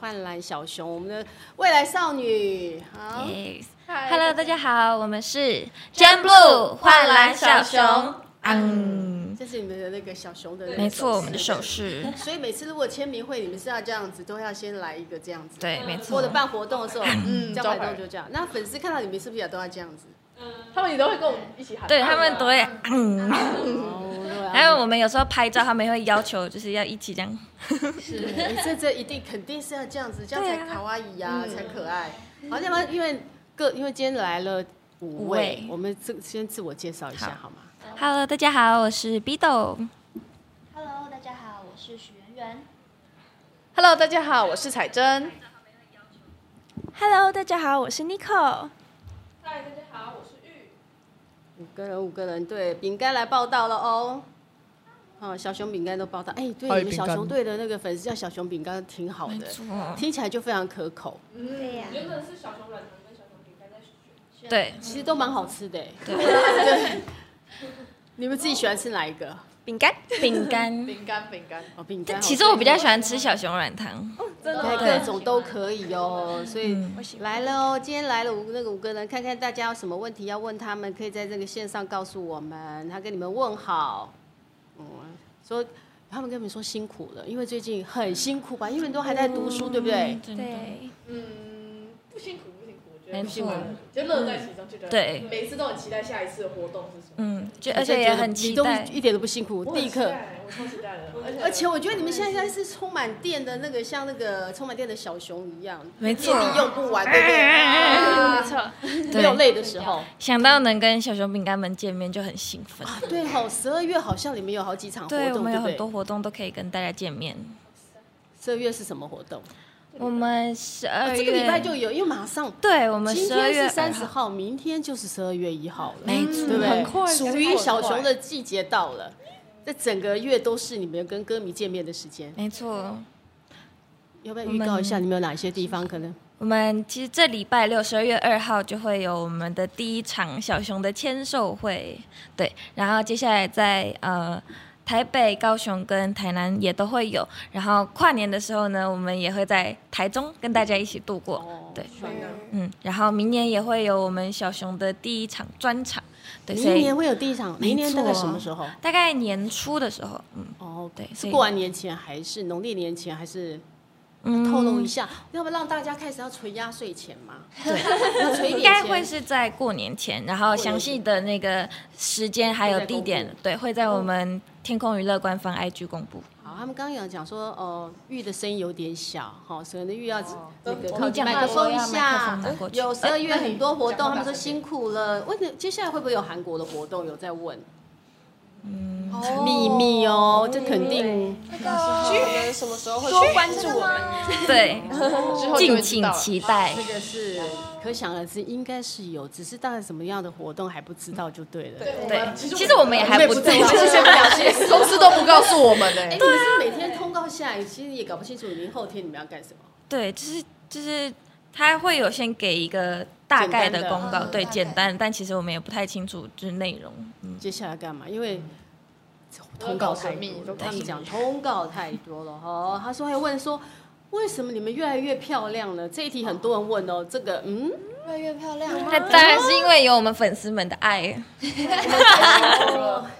焕兰小熊，我们的未来少女。好， Yes. 哦嗨 Hello，大家好，我们是 Gen Blue 幻蓝小熊。嗯，这是你们的那个小熊的那个没错，手势我们的手。势，所以每次如果签名会，你们是要这样子，都要先来一个这样子。对，嗯没或错者。办活动 的时候，嗯，交招牌牌动就这样。那粉丝看到你们是不是也都要这样子？他们也都会跟我们一起喊，对他们都会，嗯，哦，对啊还有我们有时候拍照，他们也会要求就是要一起这样，对这这一定肯定是要这样子，这样才对啊嗯卡哇伊呀，才可爱。好，那么因为各因为今天来了五五位位，我们自先自我介绍一下好好吗？ Hello，大家好，我是 Bido。 Hello，大家好，我是许媛媛。 Hello，大家好，我是彩珍。 Hello，大家好，我是 Nico。嗨，大家好，我是玉。五个人，五个人，对，饼干来报道了哦。哦，小熊饼干都报道，哎、对，哎你们饼小干熊队的那个粉丝叫小熊饼干，挺好的，听起来就非常可口，对呀、原本是小熊软糖跟小熊饼干在选，对，其实都蛮好吃的。哎对对， 你们自己喜欢吃哪一个？饼干，饼干。 饼干，饼干，哦，饼干但好吃。其实我比较喜欢吃小熊软糖，真对的各种都可以哦，所以嗯来了哦，今天来了五那个五个人，看看大家有什么问题要问他们，可以在这个线上告诉我们，他跟你们问好，嗯，说他们跟你们说辛苦了，因为最近很辛苦吧，因为你都还在读书，对不对？真的，嗯，不辛苦，不辛苦，我觉得没不辛苦错，就乐在其中，就觉得对每次都很期待下一次的活动是什么。嗯，就而且也很期你待都，一点都不辛苦，我很立期刻。待，我超期待的，而而且且我觉得你们现在应该是充满电的那个，像那个充满电的小熊一样，没电错，哎力用不完，对不哎对？没错，没有累的时候。想到能跟小熊饼干们见面就很兴奋。对吼，十二月好像你们有好几啊场活动，对，我们有不很对多活动都可以跟大家见面。十二月是什么活动？我们十二呃，月，这个礼拜就有，因为马上。对，我们今十二天月是三十2号，号，明天就是十二月一号了，没错对不对？很快属于小熊的季节到了，这整个月都是你们跟歌迷见面的时间。没错。要不要预告一下，你们有哪些地方可能？我们其实这礼拜六十二月二号就会有我们的第一场小熊的签售会，对，然后接下来在呃台北、高雄跟台南也都会有，然后跨年的时候呢，我们也会在台中跟大家一起度过，哦对，爽啊嗯，然后明年也会有我们小熊的第一场专场，对，所明以年会有第一场，没明年大概错什么时候？大概年初的时候，嗯哦，对是所以过完年前还是农历年前还是？嗯，透露一下，要不要让大家开始要存压岁钱嘛？对，要存一嗯应点该钱会是在过年前，然后详细的那个时间还有地会在点公，对，会在我们天空娱乐官方 IG 公布。好，他们刚刚有讲说，呃，玉的声音有点小，哈、所以呢玉要那个我靠近讲麦话克我风一要麦克下风拿过。去有十二月呃很多活动，讲话他们说大声辛苦了。问题接下来会不会有韩国的活动？有在问哦秘密嗯哦，这肯定我们什么时候会多关注我们？对，之后就敬会知道请了期待。这个是可想而知，应该是有，只是大概什么样的活动还不知道就对了。对对，其实我们也还不知在道意，这些不 了解，公司都不告诉我们呢。哎，你们是每天通告下来，其实也搞不清楚明后天你们要干什么。对，就是就是，他会有先给一个大概的公简告，单的对，嗯简大概单，但其实我们也不太清楚就是内容。嗯，接下来干嘛？因为通告太都搞神秘多都了，他搞们神秘讲通告太多了哦。他说还问说，为什么你们越来越漂亮了？这一题很多人问哦。这个嗯，越来越漂亮那当然是因为有我们粉丝们的爱，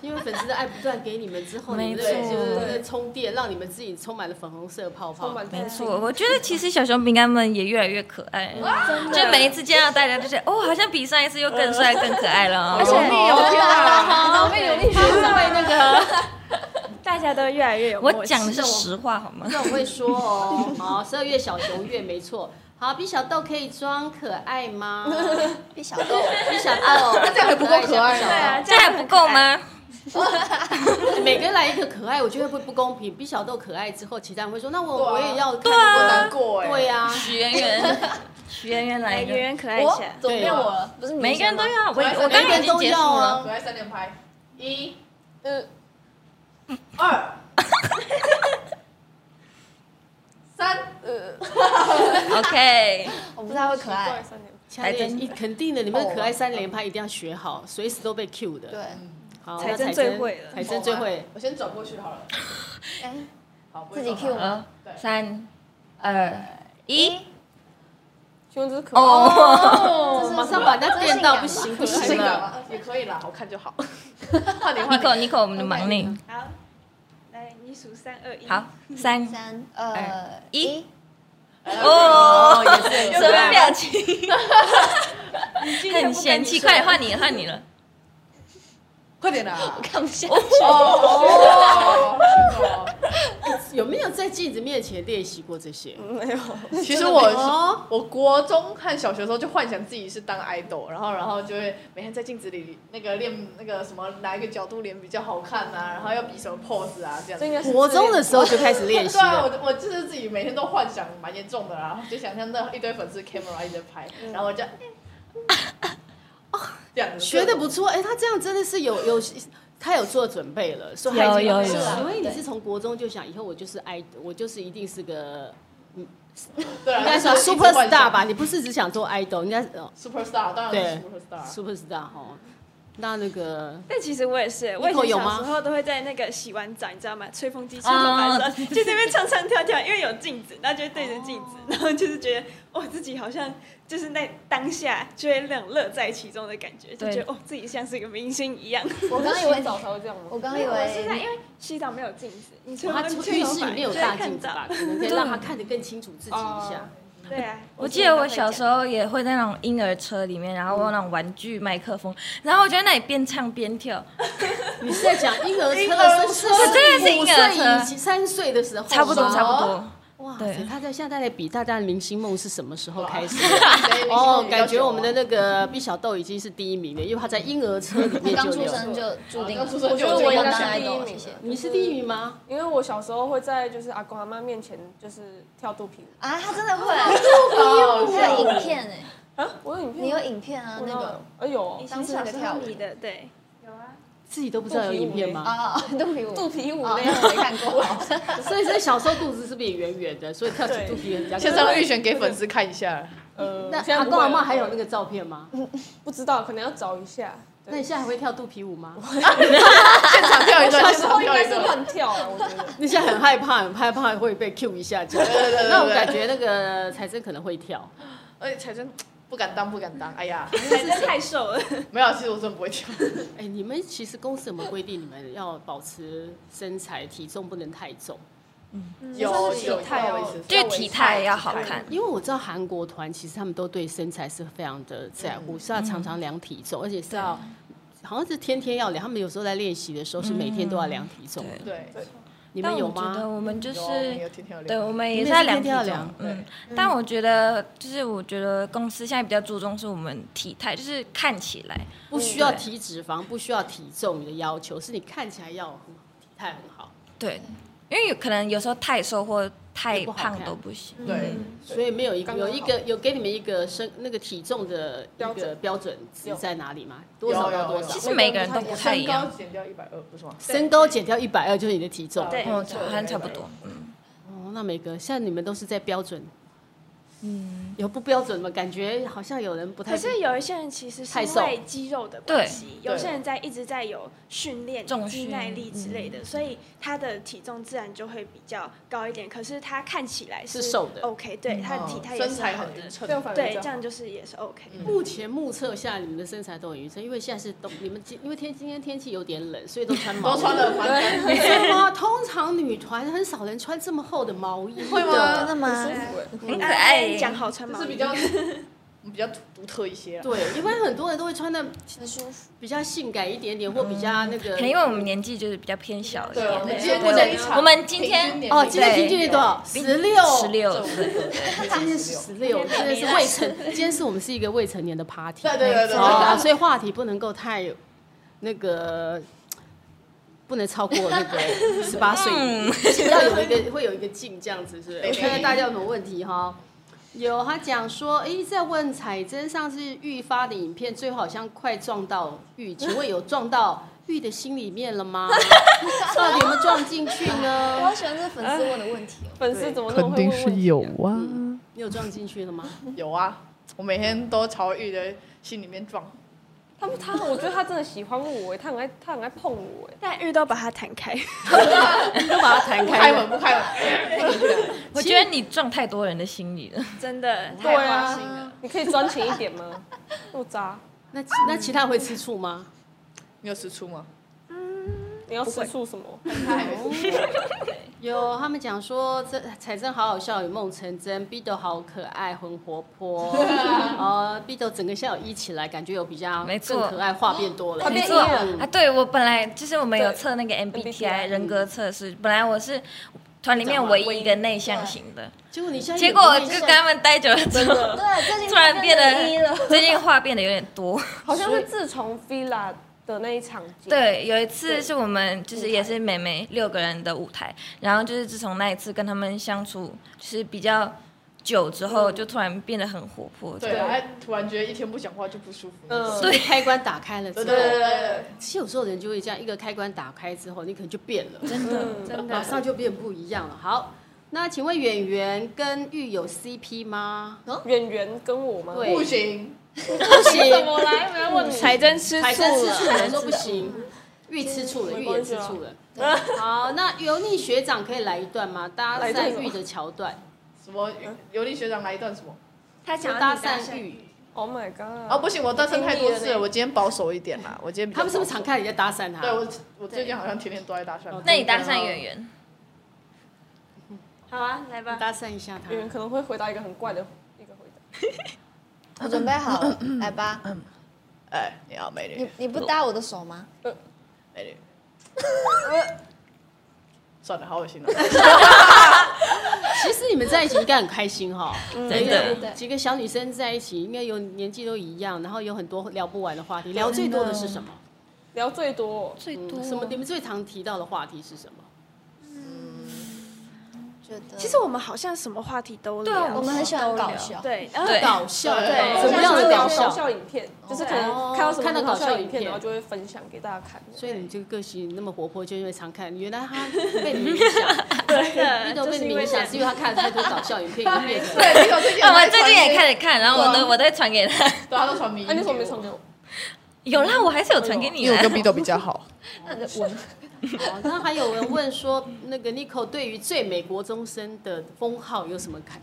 因为粉丝的爱不断给你们之后，你没们错对就是在充电，让你们自己充满了粉红色泡泡。没错。我觉得其实小熊饼干们也越来越可爱，就每一次见到大家，就是哦，好像比上一次又更帅、更可爱了哦。而油腻哦，天啊！好，被有力学稍微那个，大家都越来越有默契我讲的是实话好吗？这我会说哦。好，十二月小熊月没错。好，B 小豆可以装可爱吗比小豆， ？B 小豆，这样还不够可爱对吗对啊，这还不够吗？ 每个人来一个可爱，我觉得会不公平。比小豆可爱之后，其他人会说：“那我、啊我也要看。”我对难过哎。对呀、许媛媛，许媛媛来来一圆个，圆可爱起来。怎啊么变我啊了？不是你每一个人都要。我来我刚刚已每个经结束人都要了啊，可爱三连拍，一、呃、二、三。呃 OK，我不太会可爱。才真一肯定的，你们的可爱三连拍一定要学好，随时都被 Q 的。对，，好，才那真最会了才真最会。我先转过去好了。哎，好，不会自己转 Q 了吗？好，三二一，熊之可哦，马上把它这是电到性不行不感吧不行行了。了，也可以啦，好看就好。换你换你， Nico Nico 我们的忙令，好，来，你数三二一。好，三三二一一，哦，也是什 么表情？ 很嫌弃，快点换，换你了，换你了。快点啦！看不下。哦，有没有在镜子面前练习过这些？嗯没有。 其实我哦，我国中和小学的时候就幻想自己是当 idol，然后然后就会每天在镜子里那个练那个什么哪一个角度脸比较好看啊，然后要比什么 pose 啊这样子。国中的时候就开始练习 对啊，了。我我就是自己每天都幻想蛮严重的啦，然后就想象那一堆粉丝 camera 一直拍，嗯然后我就，哎这样子哦啊学的不错，哎、他这样真的是有有，他有做准备了，所以有他已经有是有啊所以你是从国中就想以后我就是爱，我就是一定是个对啊，应该 就是说一直 super 幻想 star 吧？你不是只想做 idol，应该是、哦、 ？super star 当然对是 super 啊 star， super star 哦。那那个但其实我也是，我以 Nico 前有小吗时候都会在那个洗完澡，你知道吗？吹风机吹头啊发的时候，就在那边唱唱跳跳，因为有 镜子，然后就会对着镜子，然后就是觉得哦，自己好像就是那当下就会那种乐在其中的感觉，就对觉得哦，自己像是一个明星一样。我刚刚以为早才会这样吗？我刚刚以因为我是在，为因为洗澡没有镜子，你吹他风机吹浴头室发里面有就会大看镜子到吧，可能可以让他看得更清楚自己一下。对啊，我记得我小时候也会在那种婴儿车里面，然后我有那种玩具麦克风，然后我就在那里边唱边跳，你是在讲婴儿车的是对真的是五婴儿车岁以及三岁的时候吗，差不多差不多。哇对塞，他在现在在比大家的明星梦是什么时候开 始？哦哦，感啊觉我们的那个毕小豆已经是第一名了，因为他在婴儿车里他面刚就出 有。生就注定了，刚出生我觉就得注我定要了当是 idol，第谢一名谢你是第一名吗？因为我小时候会在就是阿公阿妈面前就是跳肚皮舞啊，他真的会，哦他有影片哎，啊，我有影片吗，你有影片啊，我那哪个有，哎呦哦，以当前时啊小那时个跳候舞比的对，有啊，自己都不知道有影片吗？啊，肚皮舞，肚皮舞啊那那样个没看过，所以所以小时候肚子是不是也圆圆的？所以跳起对肚皮很像。现在预选给粉丝看一下，呃，那现在阿不公会阿妈了还有那个照片吗？ 不知道，可能要找一下。对那你现在还会跳肚皮舞吗？现场跳一段，现小时候场应跳该一是段。乱跳啊，我觉得。你现在很害怕，很害怕会被 Q 一下 这样。对对对那我感觉那个财政可能会跳。而且彩珍不敢当，不敢当，哎呀，还是太瘦了。没有，其实我真的不会跳。哎、你们其实公司有没有规定你们要保持身材，体重不能太重？嗯有体有态跳哦一次，就是体态要好体态看。因为我知道韩国团其实他们都对身材是非常的在乎，是要常常量体重，而且是要好像是天天要量。他们有时候在练习的时候是每天都要量体重的。对，你但们有我觉得吗？我们就是有我们有天天有对，练我们你也们在是天量体天要重量，嗯，但我觉得就是我觉得公司现在比较注重是我们体态，就是看起来，不需要对体脂肪，不需要体重的要求，是你看起来要很体态很好。对，因为有可能有时候太瘦或太也不好看胖都不行。对，所以没有一个刚刚有好一个有给你们一个身那个体重的一标个准标准值有在哪里吗？多少到多有有少其？有实每个人都不太一样身，高减掉一百二，不是吗？身高减掉一百二就是你的体重。对嗯，好像差不多。哦，那每个像你们都是在标准，嗯，有不标准吗？感觉好像有人不太可是有一些人其实是太因瘦为肌肉的关系，对有些人在一直在有训练重肌训耐力之类的，所以他的体重自然就会比较高一点。可是他看起来是瘦的 OK，对他的体态也哦身是材好很匀的，称这，样反而对，比较这样就是也是 OK。目前目测下，你们的身材都很匀称，因为现在是冬，你们今因为天今天天气有点冷，所以都穿毛都衣。穿了蛮干净你知道吗？通常女团很少人穿这么厚的毛衣，会吗真的吗？很可啊爱。讲好穿就毛是衣比较比较独特一些啊。对，一般很多人都会穿的很舒服，比较性感一点点，或比较那个。嗯可能因为我们年纪就是比较偏小一对，点。我们今天对在一场，我们今天平均年龄哦，今天平均年多少？十六，十。六岁，今天是十六，今天是未成，今天是我们是一个未成年的 party。对对对对哦，对，所以话题不能够太那个，不能超过那个十八岁，要有一个会有一个劲这样子，是不是？对我看看大家嗯有没有问题哈。有，他讲说，诶，在问彩珍上次玉发的影片，最后好像快撞到玉，请问有撞到玉的心里面了吗？ 到底有没有撞进去我呢？好喜欢这粉丝问的问题哦。粉丝怎么那么会问问题？有啊，你有撞进去了吗？有啊，我每天都朝玉的心里面撞。他们他，我觉得他真的喜欢我哎，他很爱他很爱碰我哎。但遇到把它弹开，都把它弹不开开门了。不开门， 我觉得你撞太多人的心里了。真的太花心了。你可以专情一点吗？那么渣，那其那其他会吃醋吗？你有吃醋吗？你要吃醋什么？他还没吃醋哦有，他们讲说这彩珍好好笑，有梦成真，Bido 好可爱，很活 泼。呃，Bido 整个下午一起来，感觉有比较没错更可爱，话变多了。 哎没错啊，对我本来就是我们有测那个 MBTI MBTI 人格测试，本来我是团里面唯一一个内向型的，结果你现在结果就跟他们待久了之后，对，最近突然变一得了。 最近话变得有点多。好像是自从 Villa 的那一场结，对，有一次是我们就是也是妹妹六个人的舞台，然后就是自从那一次跟他们相处就是比较久之后，就突然变得很活泼。对，啊他突然觉得一天不讲话就不舒服。嗯对开关打开了之对后，对对对对，其实有时候人就会这样，一个开关打开之后，你可能就变了，真嗯，的，马上就变不一样了。好，那请问演员跟玉有 CP 吗？演员跟我吗？对不行，不行，我来，我要问你，才真吃哎海醋参吃了。醋的人说不行，玉吃醋了，玉也吃醋了。好，那油腻学长可以来一段吗？搭来一段讪什么玉的桥段，什么尤力学长来一段什么？他就想搭讪玉， Oh my 啊， god！不行，我单身太多次了，我今天保守一点啦。我今天比较他们是不是常保守看人家搭讪他？对我，我最近好像天天都在搭讪他。那你搭讪圆圆，好啊，来吧。搭讪一下他演。员可能会回答一个很怪的一个回答，我准备好了，来吧。哎，你好，美你女，你不搭我的手吗？美女。 算了，好恶心啊！其实你们在一起应该很开心哈，真的。对几个小女生在一起，应该有年纪都一样，然后有很多聊不完的话题。聊最多的是什么？聊最多最嗯什么？你们最常提到的话题是什么？觉得其实我们好像什么话题都对啊聊，我们很喜欢搞笑，对，然后对搞笑，对怎么样的搞搞笑？笑影片，就是可能看到什么看到很好搞笑笑的影影片，片然后就会分享给大家看。所以你这个个性那么活泼，就因为常看。原来他被你们影响，对你都被你们影响，啊是因为他看了太多搞笑影片， 已经变成。对，你有最近啊，我最近也开始看，然后我都我都会传给他。对，他都传迷音。哎，你怎么没传给我？有啦，我还是有传给你因为啊哎我。跟 B 都比较好。哦，那还有人问说，那个 Nico 对于最美国中生的封号有什么感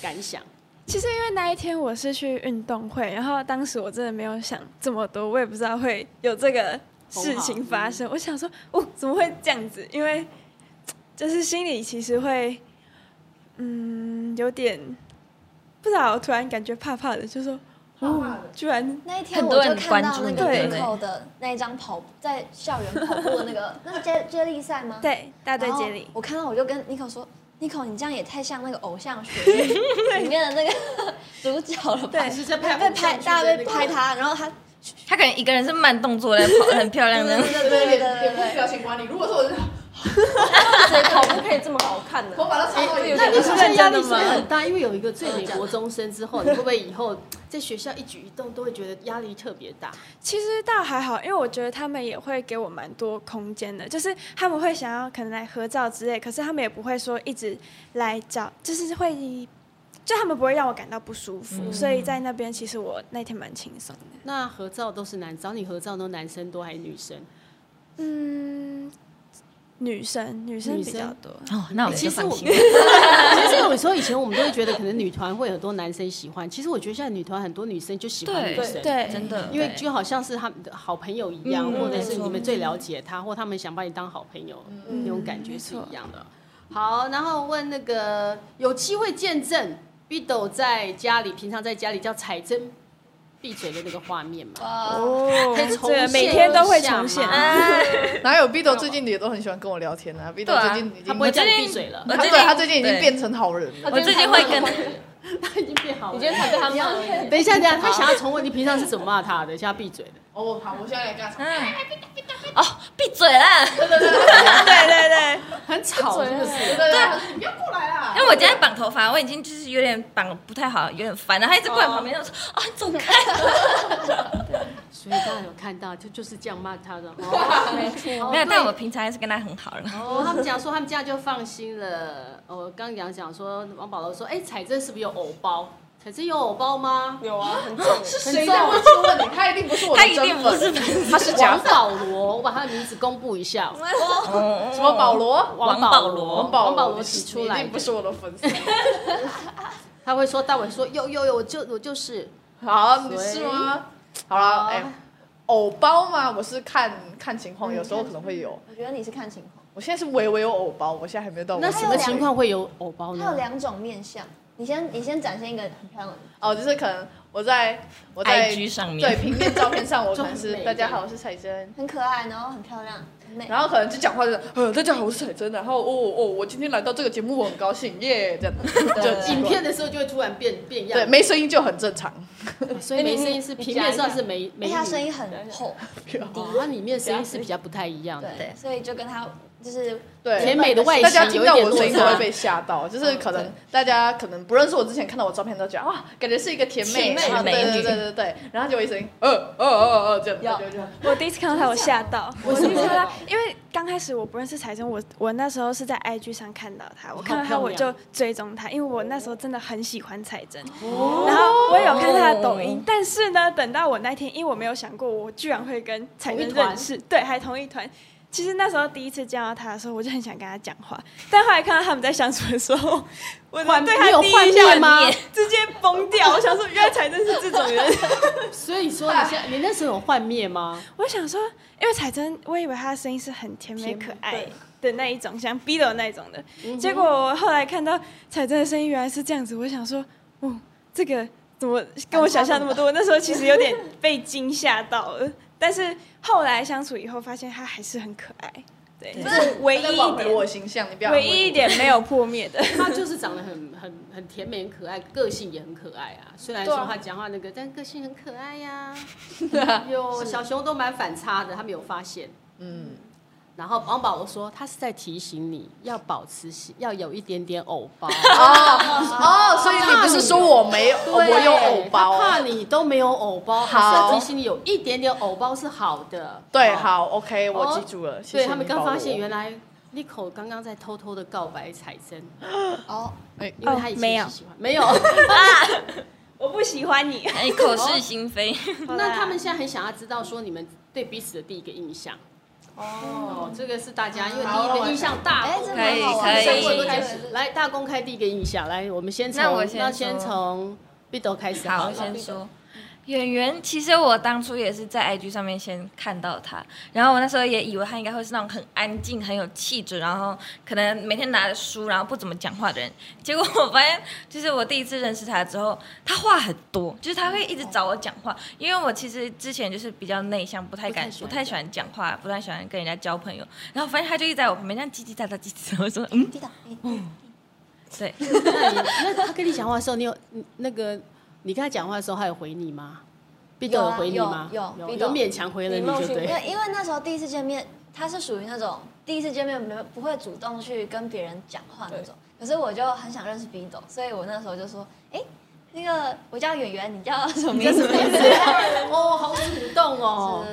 感想？其实因为那一天我是去运动会，然后当时我真的没有想这么多，我也不知道会有这个事情发生。我想说，哦，怎么会这样子？因为就是心里其实会，嗯，有点不知道，我突然感觉怕怕的，就说，哦，居然那一天很我多人就看到关注那你个对 Nico 的那一张跑步在校园跑步的 那个，那是接接力赛吗？对大队然后接力，我看到我就跟 Nico 说，Nico 你这样也太像那个偶像 学院里面的那个 主角了吧？还是在哎拍被拍，大家被拍他，然后他，他可能一个人是慢动作在跑，很漂亮的。对对对对脸部对表情管理。如果说我谁跑步可以这么好看呢？我把它插到眼那你睛，是不是压力是不是很大？因为有一个最美国中生之后，你会不会以后在学校一举一动都会觉得压力特别大？其实倒还好，因为我觉得他们也会给我蛮多空间的，就是他们会想要可能来合照之类，可是他们也不会说一直来找，就是会，就他们不会让我感到不舒服，所以在那边其实我那天蛮轻松的。那合照都是男，找你合照都男生多还是女生？嗯，女生女生比较多，哦，那我们哎其就实放我，心 其。实有时候以前我们都会觉得，可能女团会很多男生喜欢。其实我觉得现在女团很多女生就喜欢女生，对，真的，因为就好像是他们的好朋友一样，嗯或者是没错你们最了解他，或他们想把你当好朋友、那种感觉是一样的。好，然后问那个有机会见证 Bido 在家里平常在家里叫彩珍闭嘴的那个画面嘛？哇，哦可以重对现，每天都会一下重现吗。啊啊哪有 B 都最近也都很喜欢跟我聊天啊？B 都对啊最近已经他不会叫你我最近闭嘴了，我他最对近他最近已经对变成好人了。我最近会跟 他已经变好了。你今天才被他骂而已。等一下，等一下，他想要重问你平常是怎么骂他的，叫他闭嘴的。哦，我好，我现在来跟他吵。嗯，哦，闭嘴啦！对对对，很吵是不是？对对对他说，你不要过来啦因！为我今天绑头发，我已经就是有点绑不太好，有点烦了。他一直过来旁边，我说啊，你走 开！哦所以大家有看到，就就是这样骂他的。哦，没错没有，但我平常还是跟他很好了。哦，他们讲说他哦们这样就放心了。我刚讲讲说，王宝楼说，哎、彩珍是不是有藕包？可是有偶包吗？有啊，很重。很谁重在问这个问题？他一定不是我的他一定真粉，不他是假王粉。保罗，我把他的名字公布一下。哦什么 保罗？王保保罗王保保罗罗提出来你一定不是的，我的粉丝。他会说，大伟说有有有，我就我就是，好，你是吗？好了，哎、偶包吗？我是看看情况，有时候可能会有。我觉得你是看情况，我现在是微微有偶包，我现在还没有到。那什么情？况会有偶包它有呢？两种面相。你先，你先展现一个很漂亮的，哦，就是可能我在我在 IG 上面对平面照片上，我可能就是很美大家好，我是彩珍。很可爱，然后很漂亮，很美。然后可能就讲话就是， 呃，大家好，我是彩珍，然后哦哦，我今天来到这个节目，我很高兴，耶，这样子就奇怪影片的时候就会突然变变对样，没声音就很正常。所以没声音是平面上是没因没为语，他声音很厚，哦，它里面声音是比较不太一样的。对，所以就跟他就是对，甜美的外大形家听到有一我点落的声音都会差，被吓到，就是可能大家可能不认识我之前看到我照片都觉得哇，感觉是一个甜妹，甜妹然后对美对女对对对，然后就一声音呃呃呃呃这样，大家就我第一次看到他，我吓到。我第一次看到他为，因为刚开始我不认识财神，我我那时候是在 IG 上看到他，我看到好他漂亮我就追踪他，因为我那时候真的很喜欢财神。哦然后我有看他的抖音，但是呢，等到我那天，因为我没有想过我居然会跟财同神一团认识，对，还同一团。其实那时候第一次见到他的时候，我就很想跟他讲话，但后来看到他们在相处的时候，我的对你他有第幻一灭印象吗直接崩掉。我想说，原来财神是这种人。所以说你现在你那时候有幻灭吗？我想说，因为彩珍，我以为她的声音是很甜美嗯甜可美爱对的那一种，像 B 的那一种的。结果我后来看到彩珍的声音原来是这样子，我想说，哦，这个怎么跟我想象那么多？那时候其实有点被惊吓到 了，但是后来相处以后，发现她还是很可爱。对，这是唯一在一挽回我点，的形象，你不要唯一一点没有破灭的。他就是长得很很很甜美、很可爱，个性也很可爱啊。虽然说对啊啊他讲话那个，但个性很可爱呀、有小熊都蛮反差的，他们有发现。嗯，然后王宝说，他是在提醒你要保持喜，要有一点点偶 包。哦哦，所以你不是说我没有，啊我有偶包哦他，怕你都没有偶包，还是要提醒你有一点点偶包是好的。对，哦好，OK，我记住了，谢谢对他们你刚保发我现，原来 n i c o 刚刚在偷偷的告白彩珍，哦，因为他以哦没有前是喜欢，没 有。 我不喜欢你。哎，口是心非。那他们现在很想要知道说你们对彼此的第一个印象。哦，这个是大家因为好第一个印象大哎，公这开，蛮好玩可的，以所可以以我都开开始始来大公开第一个印象，来我们先从那我先那先说从 Bido 开始好，了先说演员。其实我当初也是在 IG 上面先看到他，然后我那时候也以为他应该会是那种很安静、很有气质，然后可能每天拿着书，然后不怎么讲话的人。结果我发现，就是我第一次认识他之后，他话很多，就是他会一直找我讲话，因为我其实之前就是比较内向，不太敢、不不太太喜喜欢讲话，不太喜欢跟人家交朋友。然后发现他就一直在我旁边这样叽叽喳喳、叽叽喳喳，我说嗯，滴答，哎对。那你那他跟你讲话的时候，你有你那个你跟他讲话的时候，他有回你吗？Bido 有啊回你吗？有有有 Bido 勉强回了你就因对。为因为那时候第一次见面，他是属于那种第一次见面没有不会主动去跟别人讲话那种。可是我就很想认识 b i d o 所以我那时候就说，哎、那个我叫圆圆，你叫什么名字？哦，好主动哦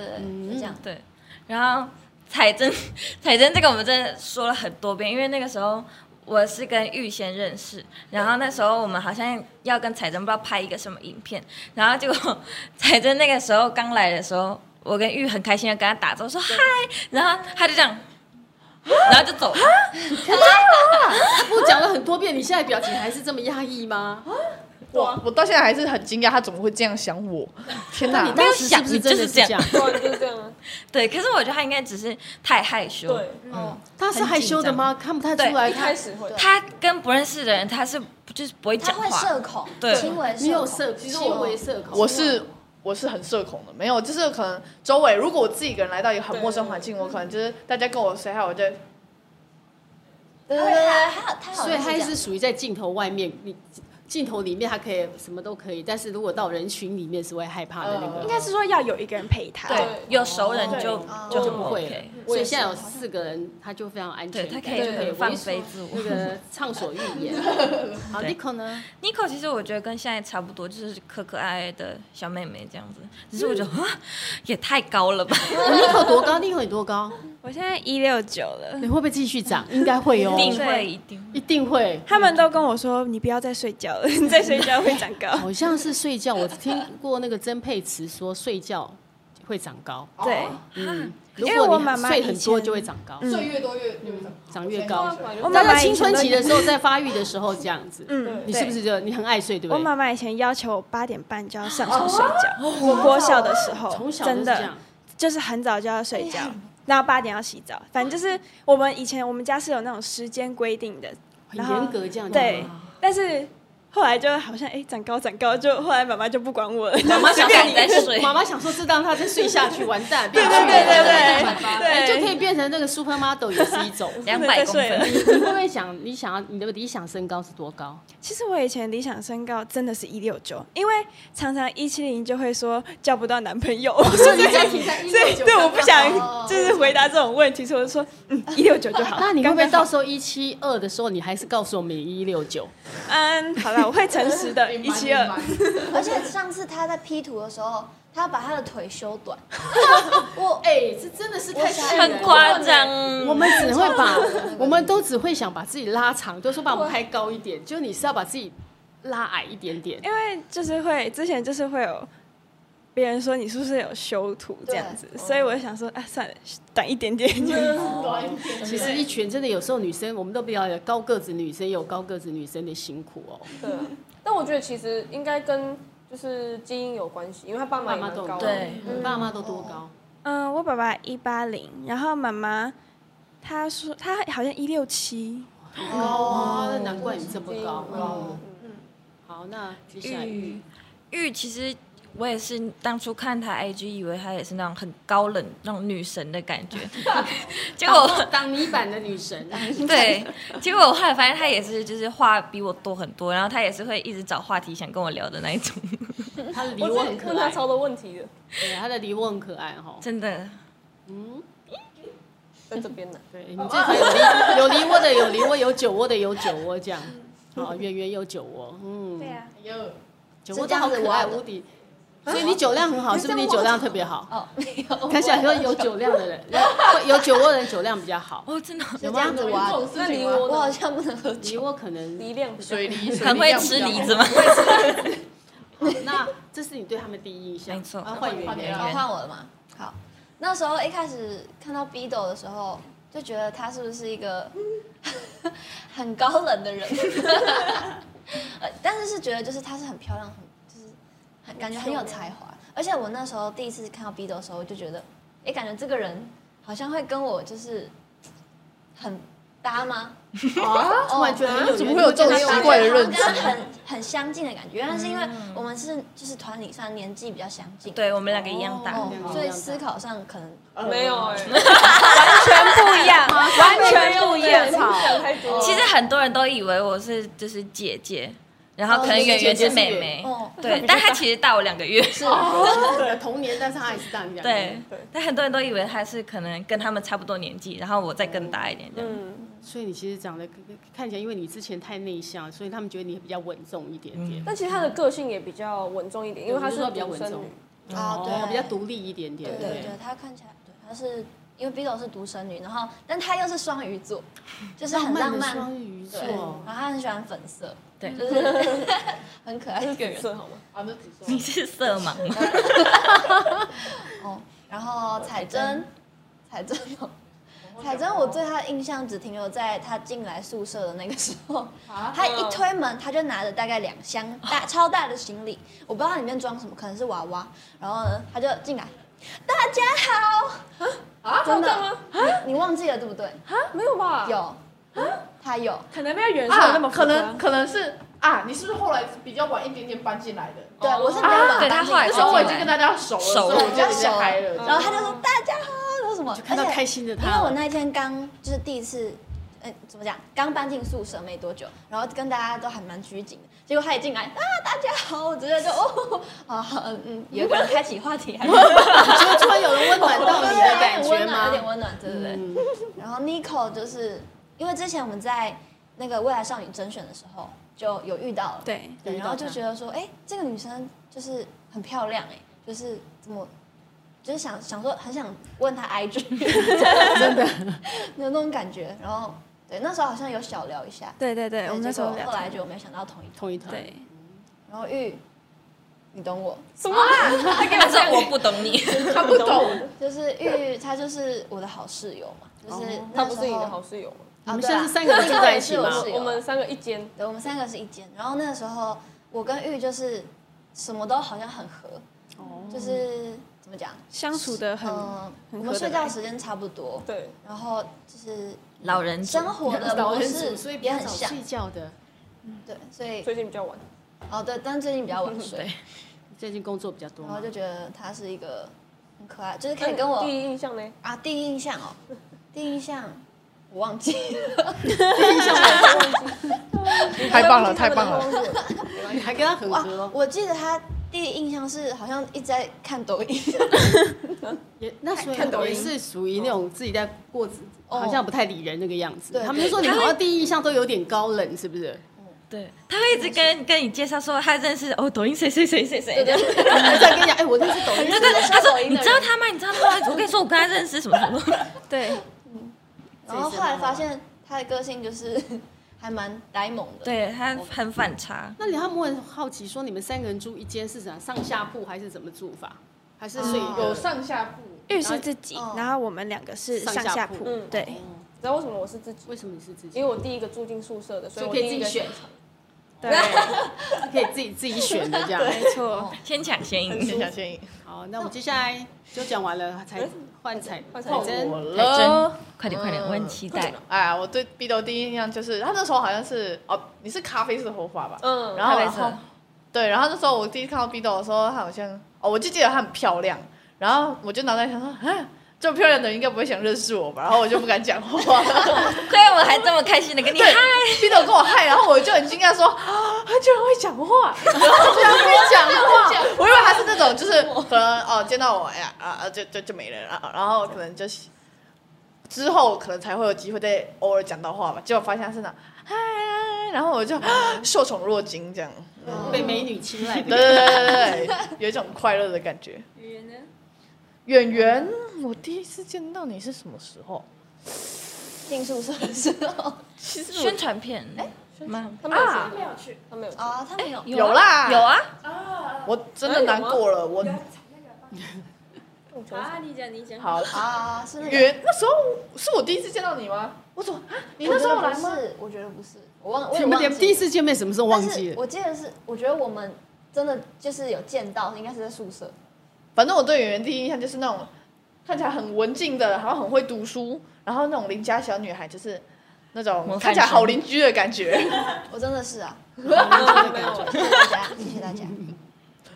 是是这样。对，然后彩珍， 彩珍这个我们真的说了很多遍，因为那个时候我是跟玉贤认识，然后那时候我们好像要跟彩珍不知道拍一个什么影片，然后结果彩珍那个时候刚来的时候，我跟玉很开心的跟他打招呼说嗨，然后他就这样， 然后就走了。嗯不讲了很多遍，你现在表情还是这么压抑吗？啊我我到现在还是很惊讶，他怎么会这样想 我？天那哪你！当时是想不你是就真的是是这这样样？对，就是这样。对，可是我觉得他应该只是太害羞。对，嗯嗯哦，他是害羞的吗？看不太对出来。一开始会。他跟不认识的人，他是就是不会他讲会话。社恐，对轻微你有社社，恐。其实我会社恐。我是我是很社恐的，没有，就是可能周围如果我自己一个人来到一个很陌生环境，我可能就是大家跟我 say hi，我就对对对啊对，他他好所以像是他这样是属于在镜头外面，你镜头里面他可以什么都可以，但是如果到人群里面是会害怕的那呃个应。该是说要有一个人陪他。对，有熟人就哦就就很不不会 OK 了。。所以现在有四个人，他就非常安对全他感，可以就可以对放为所飞自我。那个畅所欲言。好对，Nico 呢？ Nico 其实我觉得跟现在差不多，就是可可爱爱的小妹妹这样子。只是我觉得、啊，也太高了吧？哦 Nico 多高？Nico 你多高？我现在一六九了你，会不会继续涨？应该会哦，一定对会，一定会。一定会。他们都跟我说你不要再睡觉了，你再睡觉会长 高。好像是睡觉，我听过那个曾佩慈说睡觉会长高。对，嗯，如啊因为果我你妈妈睡以很多前就会长高。睡越多越越长，长越高我在在妈妈青以前春都期的时候，在发育的时候这样子，嗯，你对是不是就你很爱睡，对不我对？妈妈以前要求我八点半就要上哦床睡觉，我国小的时候，从小就真是这样的，就是很早就要睡觉，哎然后八点要洗澡，反正就是我们以前我们家是有那种时间规定的，很然后严格这样子。对，但是后来就好像哎长高长高，就后来妈妈就不管我了，妈妈 想就让你在说，睡妈妈想说，这让他再睡下去，完蛋，对变对巨人了对哎对对，就可以变成那个 super model 也是一 种。两不能百再公睡了分，你会不会想，你想要你的理想身高是多高？其实我以前理想身高真的是一六九，因为常常一七零就会说交不到男朋友， 所以你家停在一所以对我不想就是回答这种问题，所以我就说嗯一六九就好。那你会不会刚刚到时候一七二的时候，你还是告诉我们一六九？好嗯好了，我会诚实的，一七二。而且上次他在 P 图的时候，他把他的腿修短。我哎，这真的是太吓人了很夸。张。我们只会把，我们都只会想把自己拉长，就说把我们抬高一点，就你是要把自己拉矮一点点。因为就是会之前就是会有别人说你是不是有修图这样子，对所以我就想说啊，算了， 短一点点就。其实一群真的有时候女生，我们都不要有高个子女生有高个子女生的辛苦哦。对啊， 但我觉得其实应该跟就是基因有关系，因为他爸妈爸也妈蛮都高很高的，对你爸妈都多高？嗯，我爸爸一八零，然后妈妈她说她好像一六七，哦，那难怪你这么基因高。嗯嗯，好，那接下来玉玉其实我也是当初看她 IG，以为她也是那种很高冷、那种女神的感觉，结果挡挡泥板的女 神，对，结果我后来发现她也是，就是话比我多很多，然后她也是会一直找话题想跟我聊的那一种，她的梨我窝很真的问可他爱，超多问题的，对，她的梨窝很可爱哈。嗯真的。在这边呢。对你这才有梨，有梨窝的有梨窝，有酒窝的有酒窝这样。好，圆圆有酒窝，嗯，对啊呀、酒窝都好可爱无敌。所以你酒量很好，是不是你酒量特别好？哦，没有，看起来说有酒量的人，会有酒窝的人酒量比较好。 哦，真的是这样子这挖种的。事那情梨吗窝我好呢？像不能喝酒。梨窝可能，梨量比较水梨很会吃梨子？吗？那这是你对他们第一印象。没错啊换圆圆圆好，圆了。换我了嘛。好，那时候一开始看到 Bido 的时候，就觉得他是不是一个 很高冷的人？ 呃，但是是觉得就是她是很漂亮，很就是很感觉很有才华。而且我那时候第一次看到 Bido 的时候，我就觉得，哎，感觉这个人好像会跟我就是很搭吗？啊！突然觉得有怎么会有这种奇怪的认知好像很很相近的感觉。原来是因为我们是就是团里算年纪比较相嗯近，对我们两个一样大，哦嗯，所以思考上可能没啊有哎，全不一样，完全不一 样。想太 多。其实很多人都以为我是就是姐姐，然后可能圆圆是妹妹，哦对，但她其实大我两个月，对童年，但是他还是大你两个对，但很多人都以为她是可能跟他们差不多年纪，然后我再更大一点这样。嗯，所以你其实长得看起来，因为你之前太内向，所以他们觉得你比较稳重一点嗯点，但其实他的个性也比较稳重一点，因为他是对我就说独比较稳生重女。啊，哦对，哦比较独立一点点。对不对对，她看起来对，她是因为 Bido 是独生女，然后但她又是双鱼座，就是很浪漫浪的漫，双鱼座对，然后她很喜欢粉色，对就是很可爱的一个人色好吗？啊，那你是色盲吗？哦。然后彩珍，彩珍哦，彩珍，我对她的印象只停留在她进来宿舍的那个时候，啊她一推门，她就拿着大概两箱大超大的行李，我不知道它里面装什么，可能是娃娃，然后呢，她就进来，大家好，啊，真真的的吗？你你忘记了对不对？啊，没有吧？，有，啊她有。可能没有人说那么啊，浮可夸能可能是啊，你是不是后来比较晚一点点搬进来的？对，我是比较啊晚对搬他进后来来那时候我已才经跟大家熟了，熟所以了我比就较已哦熟经嗨了，然后了。他就说大家好，然后什么，看到而且开心的他因为我那天刚就是第一次，呃，怎么讲，刚搬进宿舍没多久，然后跟大家都还蛮拘谨的，结果他一进来啊，大家好，我直接就哦，啊，好嗯，有一个人开启话 题，还是就突然有人温暖到你的感有觉点温暖，有点吗？温暖，对对对。嗯，然后 Nico 就是因为之前我们在那个未来少女甄选的时候就有遇到了，对对，遇到然后就她欸觉得说，哎，这个女生就是很漂亮，哎，就是怎么就是想想说很想问他 IG，真的， 有那种感觉。然后对，那时候好像有小聊一下，对对对，我们那时候结聊果后来天，就没有想到同一团。同一团。对，然后玉，你懂我，什么啊？他说我不懂你，他不懂，就是 玉，她就是我的好室友嘛，就是他哦那时候、不是你的好室友吗？你啊，们对现在啊是三个人住在一起吗对？是有我们三个一间，对，我们三个是一间。然后那个时候，我跟玉就是什么都好像很合，哦就是怎么讲，相处的很嗯，我很们合睡得觉来时间差不多，对，然后就是老人组生活的老模人组，所式以比也较很早像，睡觉的，对，所以最近比较晚。哦对，但最近比较晚睡，最近工作比较多然嘛后。就觉得他是一个很可爱，就是可哎以跟我嗯第一印象呢？啊第一印象哦，第一印象我忘记了，太棒了，太棒了！你还跟他很哇合哦，我记得他第一印象是好像一直在看抖音，也那所以看抖也音是属于那种自己在过子，哦好像不太理人那个样子。对他们就说你好像第一印象都有点高冷，是不是？对，他会一直跟跟你介绍说他认识哦，抖音谁谁谁谁谁。对对还在跟你讲，哎，我认识抖音，对，他抖说音你的知道他吗？你知道他吗？我跟你说，我跟他认识什么什么。对然后后来发现他的个性就是 还蛮呆萌的，对他很反差，那他们会好奇说，你们三个人住一间是怎样上下铺还是怎么住法？还是睡哦有上下铺，玉是自己哦，然后我们两个是上上下下铺铺嗯，对，你知道为什么我是自己？为什么你是自己？因为我第一个住进宿舍的，所以就我可以第自一己个选，对，可以自己自己选的这样。没错，先抢先赢。小建议。好，那我们接下来就讲完了，才换彩换彩彩珍我。来真了。，快点快点，我很期待。哎呀，我对 B 豆第一印象就是，他那时候好像是哦，你是咖啡色头发吧？嗯，然后然后对，然后那时候我第一次看到 B 豆的时候，她好像哦，我就记得她很漂亮，然后我就脑袋想说，啊，这么漂亮的人应该不会想认识我吧？然后我就不敢讲话。 亏我还这么开心的跟你嗨对，，B 豆跟我嗨，然后我就很惊讶说，啊，他居然会讲话，然后居然会讲话，我以为他是那种就是可能哦见到我哎呀啊啊就就就没人了，啊然后可能就之后可能才会有机会再偶尔讲到话吧，结果发现他是那嗨，然后我就、 啊受宠若惊这样。被美女青睐的。对 对对对对，有一种快乐的感觉。语言呢？演员，我第一次见到你是什么时候？进宿舍的时候其实我宣传片，哎，吗？他没有啊去，他没有去，啊，他没有有啦哎有啊，我真的难过了。我啊，你讲你讲，好啊，是那个原那时候是我第一次见到你吗？我说啊，你那时候来我觉得吗不？是，我觉得不是，我忘，我你也们忘记连了第一次见面什么时候忘但记是了？我记得是，我觉得我们真的就是有见到，应该是在宿舍。反正我对演员第一印象就是那种看起来很文静的，然后很会读书，然后那种邻家小女孩，就是那种模范看起来生好邻居的感觉。我真的是啊， 没有，谢谢大家，谢谢大家。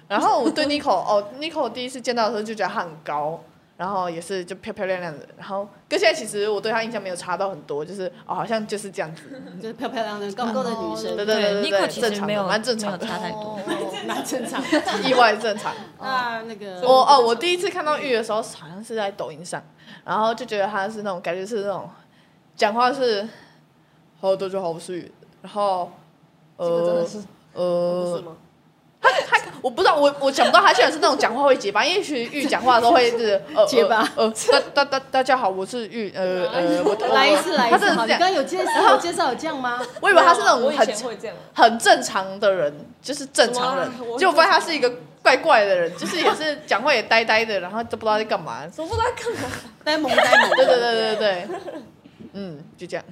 然后我对 Nico 哦，Nico 第一次见到的时候就觉得他很高，然后也是就漂漂亮亮的，然后跟现在其实我对他印象没有差到很多，就是哦好像就是这样子，就是漂漂亮亮、高高的女对生，哦对对对，Nico 对，其正实常没的，有蛮正没常有差的， 太哦多。蛮正常的。意外正常。那那个我哦，我第一次看到玉的时候好像是在抖音上，然后就觉得他是那种感觉是那种讲话是，Hello 大家好，我是玉，然后真呃的是呃不是，吗？我不知道，我我想不到他居然是那种讲话会结巴，因为其实玉讲话的时候会是呃结巴呃，呃大大大大家好，我是玉，啊呃呃，我我来一次，来一他次，真好，的你是这刚样，刚有介绍，有介绍有这样吗？我以为他是那种啊我以很前会这样，很正常的人，就是正常人什么啊，我结果发现他是一个怪怪的人，就是也是讲话也呆呆的，然后都不知道在干嘛。 我不知道干嘛。呆萌呆萌。对对对对对，嗯，就这样。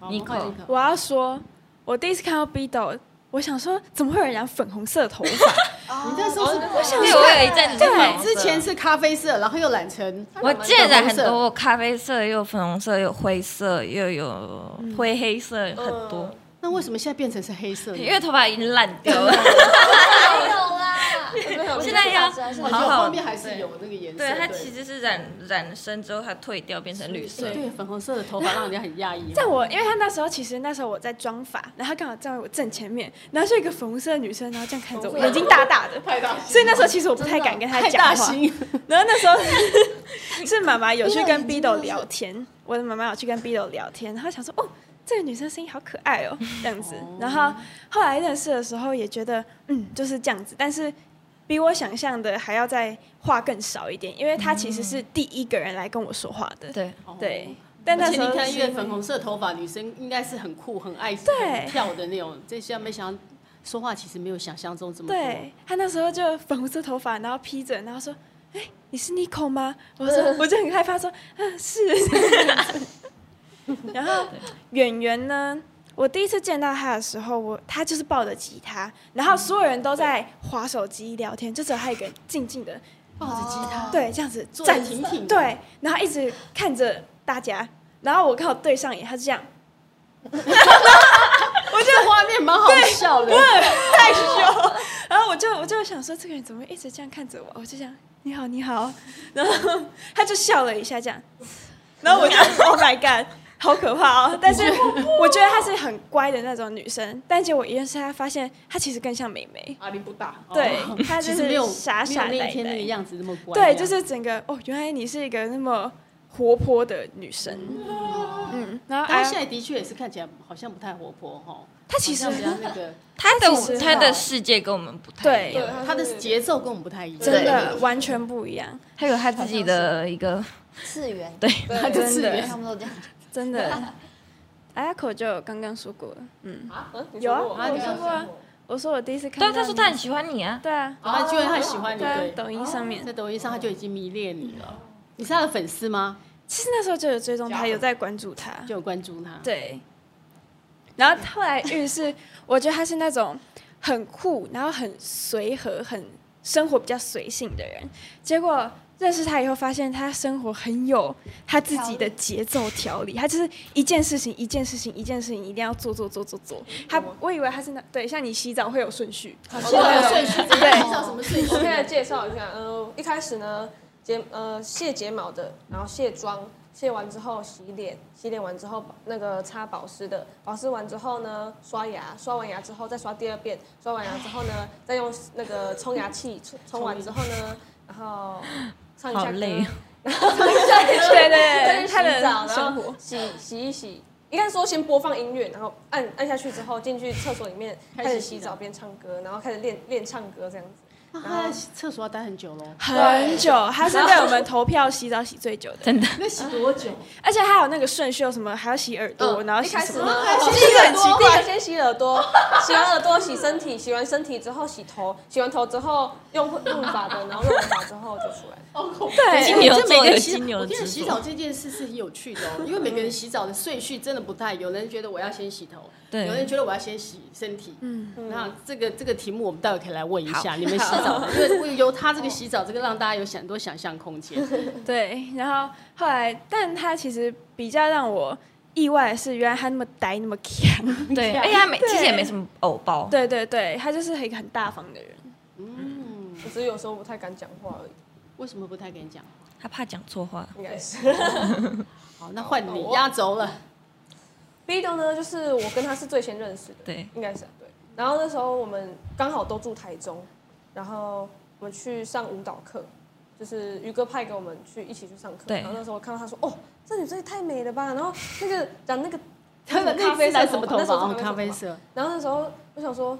对尼克我要说，我第一次看到 B 豆，我想说怎么会有人染粉红色头发？哦你那时候是不想对，我有一阵子是粉红色之前是咖啡色，然后又染成我见了很多，我咖啡色，又有粉红色，又有灰色，又有灰黑色，很多。那为什么现在变成是黑色呢？因为头发已经烂掉了，没有啦，现在要是我觉好得好后面还是有那个颜色。对它其实是染染深之后，它褪掉变成绿色。对粉红色的头发让人家很讶异。在我，因为他那时候其实那时候我在妆发，然后他刚好站在我正前面，然后就一个粉红色的女生，然后这样看着我，眼睛大大的，太大所以那时候其实我不太敢跟她太讲话大。心，然后那时候是妈妈有去跟因为 B 已经就豆是聊天，我的妈妈有去跟 B 豆聊天，然后想说哦，这个女生声音好可爱哦，这样子。然后后来认识的时候也觉得嗯就是这样子，但是比我想象的还要再话更少一点，因为他其实是第一个人来跟我说话的。对，对，但那哦而时且候你看，是因为粉红色头发女生应该是很酷、很爱对跳的那种，这下没想到说话其实没有想象中这么多。对他那时候就粉红色头发，然后披着，然后说：“哎、你是 Nico 吗？”我说：“我就很害怕，说：“嗯、是。” 然后演员呢，我第一次见到他的时候，我他就是抱着吉他，然后所有人都在划手机聊天，就只有他一个人静静的抱着吉他，对这样子坐得站 挺挺的对，然后一直看着大家，然后我刚好对上眼，他是这样，我觉得画面蛮好笑的。然后我就我就想说，这个人怎么一直这样看着我？我就想你好你好， 然后他就笑了一下这样，然后我就 Oh my God，好可怕哦！但是我觉得她是很乖的那种女生，但结果一认识她，发现她其实更像美眉。压力不大。对哦，她其就实没是有傻没傻有那呆一天那个呆。样子那么乖。对，就是整个哦，原来你是一个那么活泼的女生。嗯，然后他哎现呀，在的确也是看起来好像不太活泼哈，她其实像比较那个，他其实的他哦的世界跟我们不太 对一样，他的节奏跟我们不太一样，真的完全不一样，他有他自己的一个次元，对，他的次 元他们都这样。真的。Ayako 就刚刚说过了，嗯，嗯，你有啊，说过啊我你说有过啊说过，我说我第一次看对到啊，你，他说他很喜欢你啊，对啊，他居然很喜欢你，在对，哦抖音上面，在抖音上他就已经迷恋你了。你是他的粉丝吗？其实那时候就有追踪他，有在关注他，就有关注他。对。然后后来遇是，我觉得他是那种很酷，然后很随和，很生活比较随性的人。结果认识他以后，发现他生活很有他自己的节奏条理，他就是一件事情一件事情一件事情一定要做做做做做。嗯他我以为他是那对，像你洗澡会有顺序，现在有顺序，这个介绍什么顺我可以序？来介绍一下，嗯，一开始呢，睫呃卸睫毛的，然后卸妆，卸完之后洗脸，洗脸完之后那个擦保湿的，保湿完之后呢刷牙，刷完牙之后再刷第二遍，刷完牙之后呢再用那个冲牙器冲冲完之后呢，然后上一下好课累哦对对，对，洗澡，他的然哦生活后洗洗一洗。应该说先播放音乐，然后按按下去之后进去厕所里面开始洗澡边唱歌，然后开始练练唱歌这样子。那他在厕所要待很久喽。很久，他是被我们投票洗澡洗最久的，真的。那洗多久？而且还有那个顺序，有什么还要洗耳朵，然后嗯一洗开什始么呢的，，先洗耳朵，第一个先洗耳朵，洗完耳朵洗身体，洗完身体之后洗头，洗完头之后用用法的，然后用完法之后就出来。对金牛座这每个人有洗金牛我的跟你讲，执洗着澡这件事是很有趣的哦，因为每个人洗澡的顺序真的不太，有人觉得我要先洗头，对有人觉得我要先洗身体，嗯，那这个这个题目我们待会可以来问一下你们洗澡的，因为因为由他这个洗澡这个让大家有很多想象空间， 对，然后后来，但他其实比较让我意外的是，原来他那么呆那么强，对，而且他没，其实也没什么偶包。对对对，他就是一个很大方的人，嗯，我只是有时候不太敢讲话而已，为什么不太跟你讲？他怕讲错话。应该是。好，那换你压轴了， Bido 呢，就是我跟他是最先认识的，对，应该是对。然后那时候我们刚好都住台中，然后我们去上舞蹈课，就是宇哥派给我们去一起去上课。对然后那时候我看到他说：“哦，这女生也太美了吧！”然后那个染那个他的咖啡色什么头那时发？候哦还没有咖啡头发色，然后那时候我想说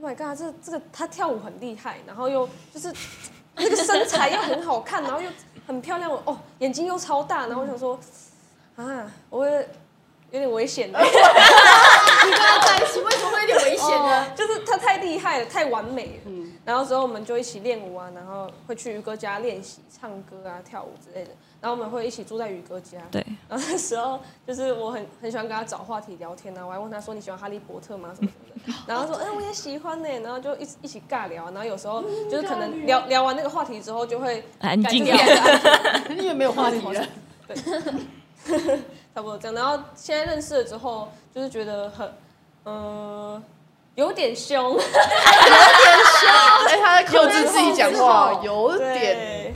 ，Oh my god，这这个她跳舞很厉害，然后又就是那个身材又很好看，然后又很漂亮，我哦眼睛又超大，然后我想说，啊，我有点危险的，你跟他在一起为什么会有点危险哦呢？ 就是她太厉害了，太完美了。然后之后我们就一起练舞啊，然后会去于哥家练习唱歌啊、跳舞之类的，然后我们会一起住在于哥家。对，然后那时候就是我很很喜欢跟他找话题聊天啊，我还问他说你喜欢哈利波特吗什么什么的，然后他说哎、我也喜欢呢、然后就一起一起尬聊，然后有时候就是可能聊聊完那个话题之后就会安静感觉 嗯就是两个安静因为没有话题了。 差不多这样。然后现在认识了之后，就是觉得很嗯、呃有点凶，哎，他在克制自己讲话，有点对，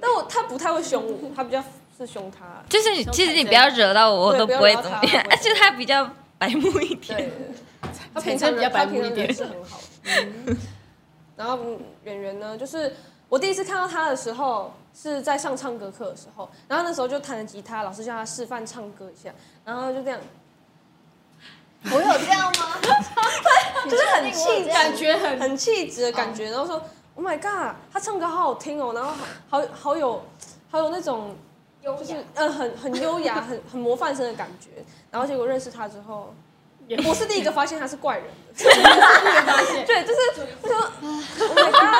但我他不太会凶我，他比较是凶他，就是其实你不要惹到我，我对都不要会惹到怎他么样。我而且他比较白目一点。对，他产平生比常较人他白目平一常点人是很好的。嗯然后嗯圆圆呢，就是我第一次看到他的时候是在上唱歌课的时候，然后那时候就弹了吉他，老师叫他示范唱歌一下，然后就这样，我 有这样吗？就是很感觉很很气质的感觉，然后说。 Oh my god，他唱歌好好听哦，然后好好好有好有那种就是嗯很很优雅、很很模范生的感觉。然后结果认识他之后，我是第一个发现他是怪 人的，对，就是我想说 Oh my god，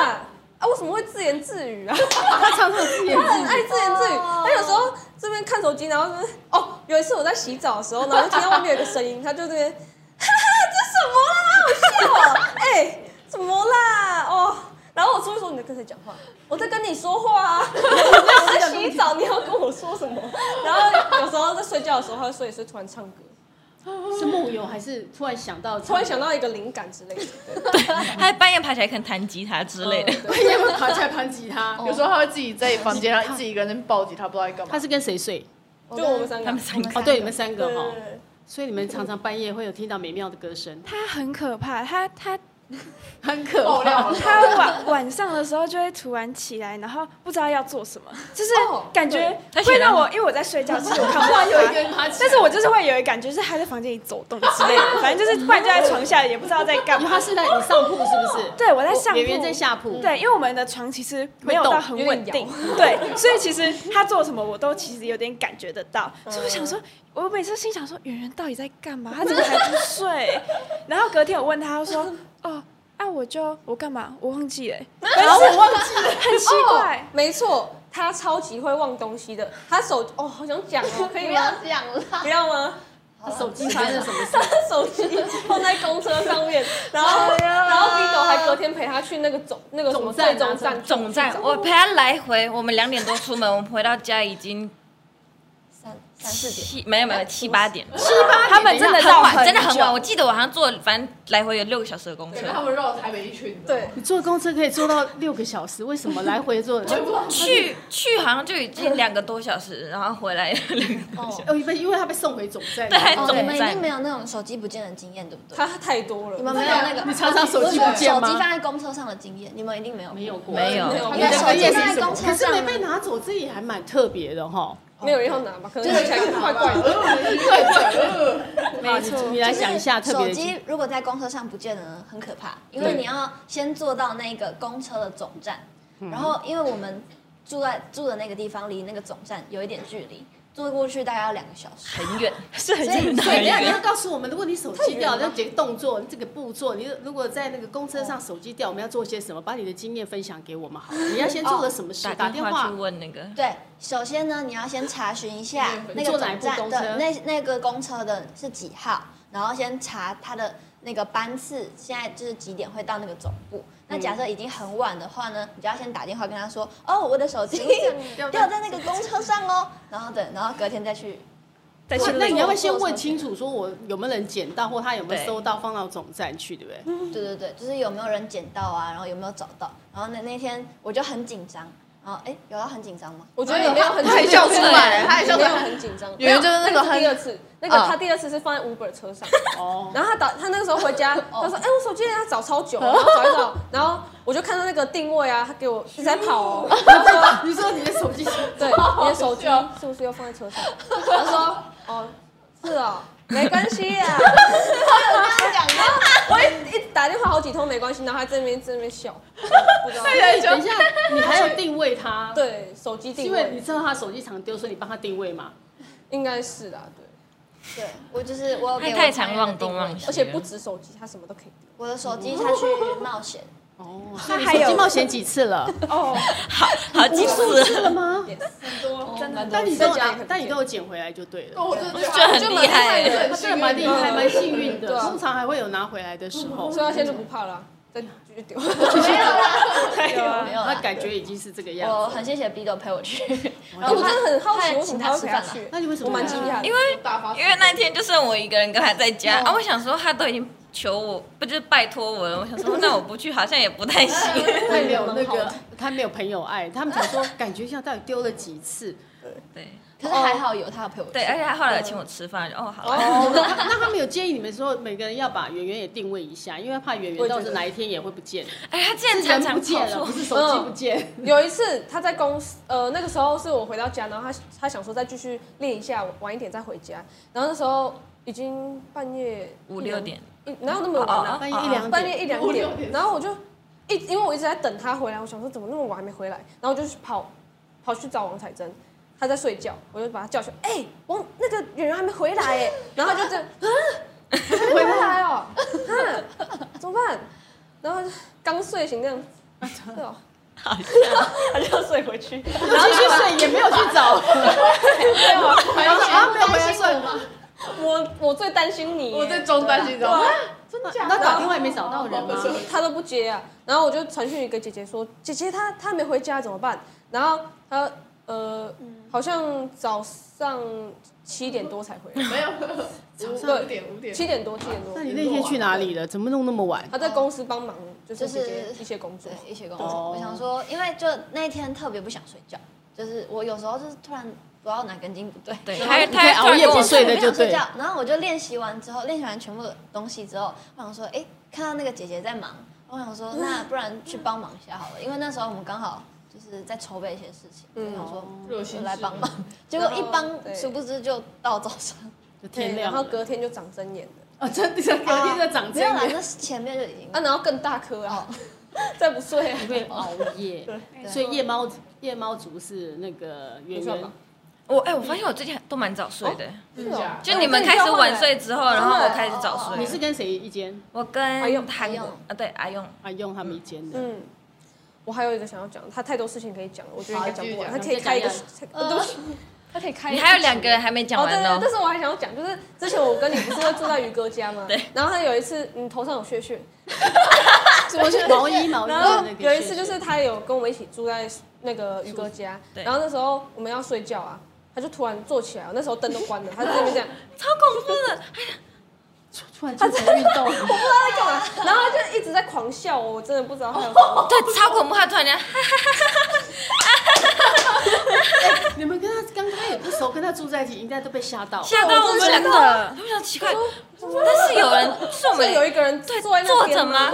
啊为什么会自言自语啊？他常常自言他很爱自言自语，他有时候这边看手机，然后就是哦，有一次我在洗澡的时候，然后就听到外面有个声音，他就这边， 哈哈，这什么啦，好笑哦，哎、怎么啦，哦。然后我出去说你在跟谁讲话？我在跟你说话啊！我在洗澡，你要跟我说什么？然后有时候在睡觉的时候，他会睡一睡突然唱歌， 是梦游还是 突然想到？突然想到一个灵感之类的。还半夜爬起来可能弹吉他之类的。半 夜会爬起来弹吉他，有时候他会自己在房间，他自己一个人抱吉他，不知道在干嘛他。是跟谁睡？就我们三 个，他们三个哦，对，你们三个对哈对，对所以你们常常半夜会有听到美妙的歌声，他很可怕，他 他很可 怕。他晚晚上的时候就会突然起来，然后不知道要做什么，就是哦感觉对会让我，因为我在睡觉，其实我看 不到有一个他。人爬起来，但是我就是会有一感觉，就是他在房间里走动之类的，反正就是不然就在床下，也不知道在干因为嘛他。是在你上铺，是不是？对，我在上演员铺，在下铺，对，因为我们的床其实没有会动到很稳定，对，所以其实他做什么我都其实有点感觉得到。所以我想说，我每次心想说，圆圆到底在干嘛？他怎么还不睡？ 然后隔天我问他，他说，哦，啊，我就我干嘛？我忘记了、然后我忘记了，很奇怪。没错，他超级会忘东西的。他手哦，好想讲哦，可以吗？这样啦，不要吗？他手机发生什么事？他手机放在公车上面，然后然后 Vito 还隔天陪他去那个总那个什么总站啊最终站总站，我陪他来回，我们两点多出门，我们回到家已经三三 四点，七，没有没有七八点，他们真的到晚，真的很久晚。我记得我好像坐，反正来回有六个小时的公车。们绕台北一圈，对，你坐公车可以坐到六个小时，为什么来回坐？ 哦去去好像就已经两个多小时，然后回来 两个多小时。哦，被因为他被送回总站，对哦，总你们一站定没有那种手机不见的经验，对不对？他太多了。你们没有那个，你常常手机不见手吗机放在公车上的经验，你们一定没有。没有过，没有没有因为手机放在公车可是上没被拿走，这也还蛮特别的哈。没有人要拿吧？可能看起来怪怪的。 没错，你来讲一下特别手的经机如果在公车上不见了，很可怕，因为你要先坐到那个公车的总站，嗯然后因为我们住在住的那个地方离那个总站有一点距离，坐过去大概要两个小时。很远，是很所以近的。所以你要你要告诉我们，如果你手机掉，那几个动作，这个步骤，你如果在那个公车上手机掉，我们要做些什么？把你的经验分享给我们好了。你要先做了什么事？打哦打电电话话去。问那个。对，首先呢，你要先查询一下那个坐哪一总部站公车的那那个公车的是几号，然后先查它的那个班次，现在就是几点会到那个总部。那假设已经很晚的话呢，你就要先打电话跟他说，哦，我的手机 掉在那个公车上哦， 然后等，然后隔天再去。再哇去那那你个要不要先问清楚，说我有没有人捡到，或他有没有对收到，放到总站去，对不对？对对对，就是有没有人捡到啊，然后有没有找到，然后那那天我就很紧张，然后哎，有到很紧张吗？我觉得有没有很他还笑出来他还笑出没来有很紧张。圆圆就是那个没有很第二次，那个嗯他第二次是放在 Uber 车上，哦，然后他打他那个时候回家，他说：“哎，我手机要找超久，然后找一找，然后我就看到那个定位啊，他给我一直在跑哦，然后说。” 你说你的手机对， 你的手机是不是又放在车上？他说，哦，是哦，没关系啊。我一一打电话好几通没关系，然后他这边这边笑，不知道。等一下，你还要定位他，对，手机是因定为你位知道他手机常丢，所以你帮他定位嘛。应该是啦，对，对我就是我有给他我太朋常友忘定东位忘西，而且不止手机，他什么都可以丢。我的手机他去冒险。哦，所以你还有手机冒险几次了？哦，好几次了，是了吗？真的但你都有哦在家也可以但你都有捡回来就对哦了。这很厉害。 他这个蛮厉害，蛮幸运对的。啊通常还会有拿回来的时候，所以他现在就不怕啦，再继续丢。 没有他啦，感觉已经是这个样我子。很谢谢 B 豆陪我去，然哎，后我真的很好奇，还为什么他会陪请他他吃饭去那？你为什我么蛮惊讶的，因为因为那天就剩我一个人跟他在家啊，我想说他都已经求我，不就是拜托我了，我想说那我不去好像也不太行。他没有那个，他没有朋友爱，他们想说感觉像到底丢了几次。对 可是还好有他陪我去。对，而且他后来有请我吃饭，哦好了，哦， 那那他们有建议你们说每个人要把圆圆也定位一下，因为怕圆圆到时候哪一天也会不见，哎他竟然人常不常见跑了，不错，是手机不见。 有一次他在公司，呃，那个时候是我回到家，然后他他想说再继续练一下，晚一点再回家。然后那时候已经半夜五六点，一，哪有那么晚啊？哦半夜一两点 半夜一两点，然后我就一因为我一直在等他回来，我想说怎么那么晚还没回来，然后我就去跑跑去找王彩珍，她在睡觉，我就把她叫起来，哎、王那个演员还没回来哎，然后她就这样，啊，还没回 来哦，啊，怎么办？然后她就刚睡醒这样，对哦，他就睡回去。然后去睡也没有去找，对哦，然后说啊没有回来睡，我我最担心你耶，我在中担心，然后啊真的假 的？那打电话也没找到人啊吗？他都不接啊。然后我就传讯一个姐姐说：“姐姐她她没回家怎么办？”然后她呃，嗯好像早上七点多才回来， 没有，五点五点，七点多七点多。嗯那你那天去哪里了？怎么弄那么晚？她在公司帮忙，就就是是姐姐一些工作对。，一起工哦作。我想说，因为就那一天特别不想睡觉，就是我有时候就是突然不知道哪根筋不对，对，然后还你他可以还熬夜突然跟我不睡的我就想睡对觉。然后我就练习完之后，练习完全部的东西之后，我想说，哎，看到那个姐姐在忙，我想说，那不然去帮忙一下好了，因为那时候我们刚好就是在筹备一些事情，嗯我想说热心我事来帮忙。结果一对帮，殊不知就到早 上，就天对，亮然后了，隔天就长针眼了啊，真的，隔天哦就长这没有啦，样，那前面就已经啊，然后更大颗啊， 再不睡啊因为熬夜，所以夜猫夜猫族是那个圆你说圆吧。我哎、我发现我最近都蛮早睡的、真的假的就你们开始晚睡之后，然后我开始早睡。你是跟谁一间？我阿用跟韩阿国用啊，对阿用，啊，用他们一间的。嗯。我还有一个想要讲，他太多事情可以讲了，我觉得应该讲不完。好他继可续以讲开一个你再，呃对不起，他可以开一。你还有两个人还没讲哦，对完对，呢但。是我还想要讲，就是之前我跟你不是会住在于哥家 吗？对。然后他有一次，你头上有屑屑，我是毛衣毛衣然后的那个。有一次就是他有跟我们一起住在那个于哥家，对然后那时候我们要睡觉啊，他就突然坐起来，那时候灯都关了，他就在那 边这样，超恐怖的，突然间运动，他在干嘛？然后他就一直在狂笑我，我真的不知道他有什么。对，超恐怖！他突然间， 你们跟他刚开也不熟，跟他住在一起，应该都被吓到。吓到我们真两的个，吓我们想奇怪，但是有人是我是们有一个人 坐在那坐边着吗？？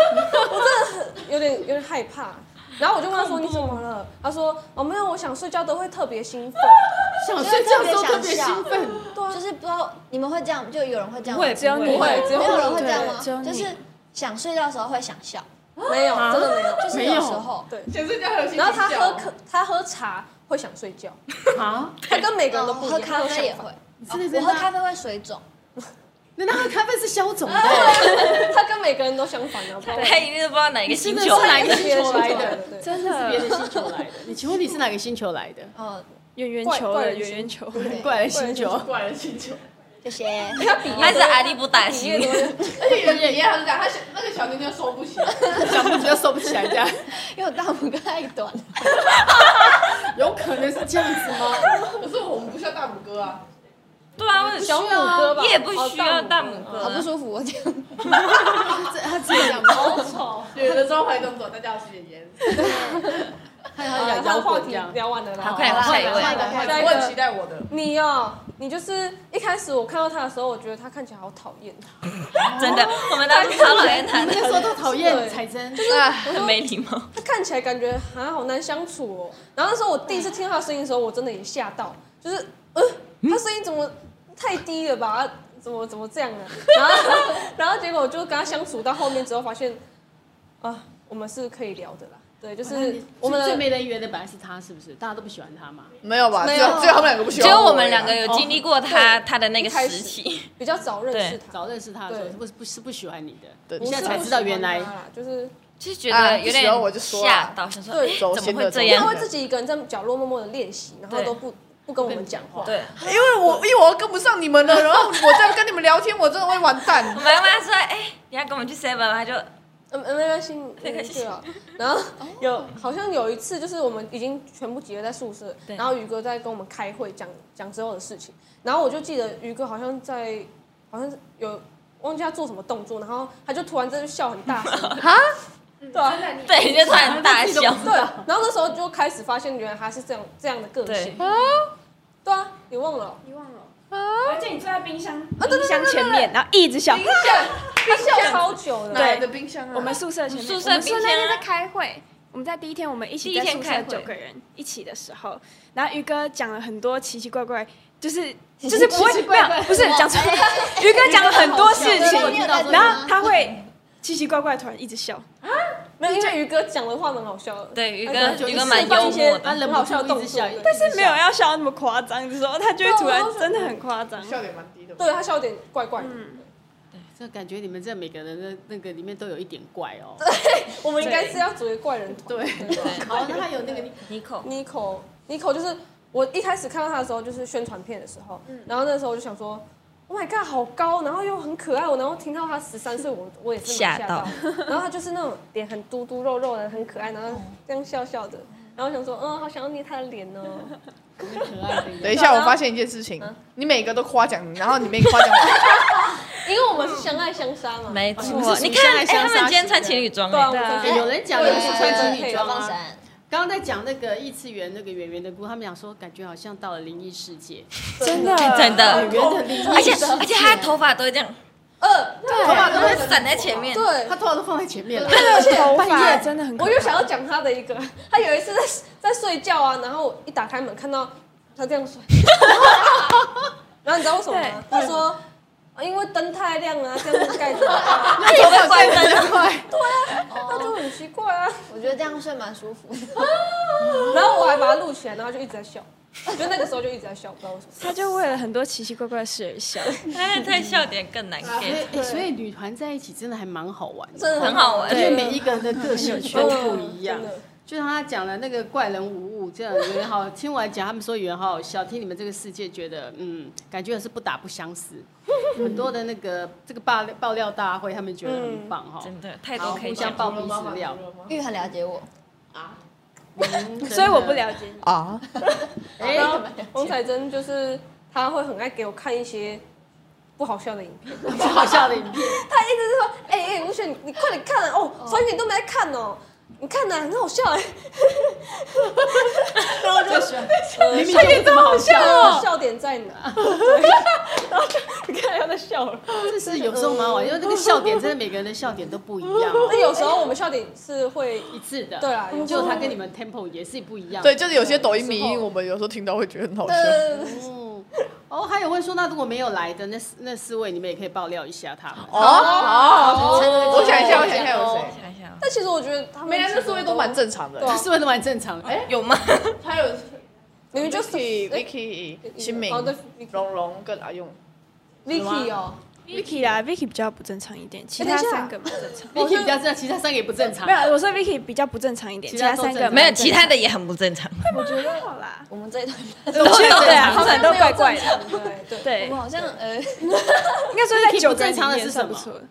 有点有点害怕。然后我就问他说：“你怎么了？”他说：“哦，没有，我想睡觉都会特别兴奋。想睡觉的时候特别兴特别奋，就是不知道你们会这样，就有人会这样吗，我也只有你不会只有没我有人会这样对只有吗？你就是想睡觉的时候会想笑，”没有，真的没有。就是有时候对，想睡觉还有兴奋然后他喝可他喝茶会想睡觉， 啊，他跟每个人都嗯不一喝样，咖他啡有也想法会，真的哦我真喝咖的，啡会水肿，那他咖啡是消肿的，他跟每个人都相反的，啊不知道他一定都不知道哪个真星的是球哪来个的。星球来的？对真的是别的星球来的。你请问你是哪个星球来的？嗯，圆圆怪球怪的人圆心圆球，怪的星球，怪了星球。这些他是阿力不打体心验，都而且有人也他是这样，他小那个小妞妞收不起来， 小妞妞收不起来这样，因为我大拇哥太短了，有可能是这样子吗？可是我们不需要大拇哥啊， 对啊，我小拇哥吧，也不需要大拇拇哥。好不哥。舒服，我这样。这他这样吗？有的招牌动作，大家要谢谢。 他好要了摇那话滚这题样。聊完了啦，好，快点好下一下一位。个下一个我很期待我的，你哦，你就是一开始我看到他的时候，我觉得他看起来好讨厌，真的，我们当时超讨厌他那的，时候都讨厌彩珍，就是很没礼貌。他看起来感觉啊好难相处哦。然后那时候我第一次听他的声音的时候，我真的也吓到，就是呃，他声音怎么太低了吧？怎么怎么这样啊？ 然后然后结果我就跟他相处到后面之后，发现啊，我们是可以聊的啦。对，就是我们最的没人缘的本来是他，是不是？大家都不喜欢他嘛。没有吧？没只有有只有他们两个不喜只欢有我我们两个而已啊有经历过他他的那个时期，比较早认识他，早认识他的时候对是不是不是不喜欢你的，对啊你现在不是才不知道喜欢原来他啦就是就是觉得有啊不喜欢我点就说啊吓到，想说对哎走怎么心会的这走他样心？会自己一个人在角落默默的练习，然后对都不不跟我们讲话。对，因为我因为我跟不上你们了，然后我在跟你们聊天，我真的会完蛋我。妈妈说：“哎、你要跟我们去 Seven 吗？”他就嗯，嗯没关系，没关系啊。然后有好像有一次，就是我们已经全部集合在宿舍，对然后宇哥在跟我们开会讲讲之后的事情，然后我就记得宇哥好像在好像有忘记他做什么动作，然后他就突然在那笑很大声，哈，对啊， 对，就突然大笑。对。然后那时候就开始发现，原来他是这样这样的个性 对，对啊，你忘了哦？你忘了？我还叫你坐在冰箱冰箱前面，然后一直笑。他笑超久哪的，来的冰箱啊？我们宿舍前面，宿舍我们宿舍冰箱啊那天在开会。我们在第一天，我们一起第一在天宿开舍会九个人一起的时候，然后于哥讲了很多奇奇怪怪，就是就是不会奇奇没怪怪有不是讲错， 于哥讲了很多事对情我知道，然后他会奇奇怪怪地突然一直笑，没有，因为于哥讲的话蛮好笑的。对于哥他可能就于是哥蛮释放一些幽默的他忍很不好住笑的一动直作笑，一直。但是没有要笑到那么夸张的时候，他就会突然对我真的很夸张。笑点蛮低的吧。对他笑点怪怪的。这感觉你们这每个人的那个里面都有一点怪哦。我们应该是要组一个怪人团。对， 好，那还有那个妮蔻 Nico Nico 就是我一开始看到他的时候，就是宣传片的时候，嗯然后那时候我就想说，Oh my god，好高，然后又很可爱，我然后听到他十三岁，我我也是吓蛮吓到到，然后他就是那种脸很嘟嘟肉肉的，很可爱，然嗯后这样笑笑的，然后想说，嗯，好想要捏他的脸 哦，可爱的等一下，我发现一件事情，你每个都夸奖你，然后你没夸奖我，因为我们是相爱相杀嘛，没我错们，是属你于相看，爱哎，相他杀们今天型穿的情侣装，对哎啊，我们 哎有人讲你对们是穿情侣消装啊。防伞，刚刚在讲那个异次元那个圆圆的故，他们讲说感觉好像到了灵异世界，真的 真圆的，圆的灵异世界，哎而且而且他的头发都会这样，呃，对头发都会散在前面，对他。头发都放在前面了。而且头半发夜真的很可我怕又想要讲他的一个， 他有一次在在睡觉啊，然后我一打开门看到他这样甩， 然后你知道为什么吗？他说。啊因为灯太亮了、这样子 盖着，那头发怪的怪，那就很奇怪啊。我觉得这样睡蛮舒服的。然后我还把它录起来，然后就一直在笑，就那个时候就一直在笑，不知道为什么。他就为了很多奇奇怪怪的事而 笑。哎，他笑点更难 get，哎所以女团在一起真的还蛮好玩的，真的很好玩因为对每一个人的个性全不一样真的。就像他讲的那个怪人无物，这样有人好听完讲，他们说有人好好笑，听你们这个世界觉得嗯，感觉也是不打不相识。很多的那个这个爆料爆料大会，他们觉得很棒哈，真的太好多可以互讲相。报名资 料。玉很了解我，所以我不了解你。啊，哎，然后王彩珍就是她会很爱给我看一些不好笑的影片，不好笑的影片，他一直是说，哎、哎，吴、雪，你你快点看啊！哦，所以你都没在看哦，你看呐、很好笑哎、然后我就说，呃明明就没这么好啊笑笑哦笑点在哪？对然后就你看他在笑了。这是有时候蛮好玩，因为那个笑点真的每个人的笑点都不一样，哦那有时候我们笑点是会，一致的。嗯对啊有时就候他跟你们 tempo 也是不一样。对，就是有些抖音迷音，我们有时候听到会觉得很好笑。呃，嗯，哦，还有问说，那如果没有来的那四那四位，你们也可以爆料一下他们。哦，好，我想一下，我想一下有谁我。想一下哦，但其实我觉得他们没来这四位都蛮，正常的对，啊是不是都蛮正常的？哎，有吗？还有你们就是 Vicky、哎 Vicky、新明哦对、蓉蓉跟阿用， Vicky 哦， Vicky 啦，Vicky 比较不正常一点，其哎等他一下三个不正常。 v i 比较正常，其他三个也不正常没。有，我说 Vicky 比较不正常一点，其其他他都三个正常没有，其他的也很不正 常。我觉得好啦，我们这一段都正常对啊，他们都怪怪的。的，对对对我，们 好像呃应该说在 Vicky 九不个正里常的面是算什不么错的。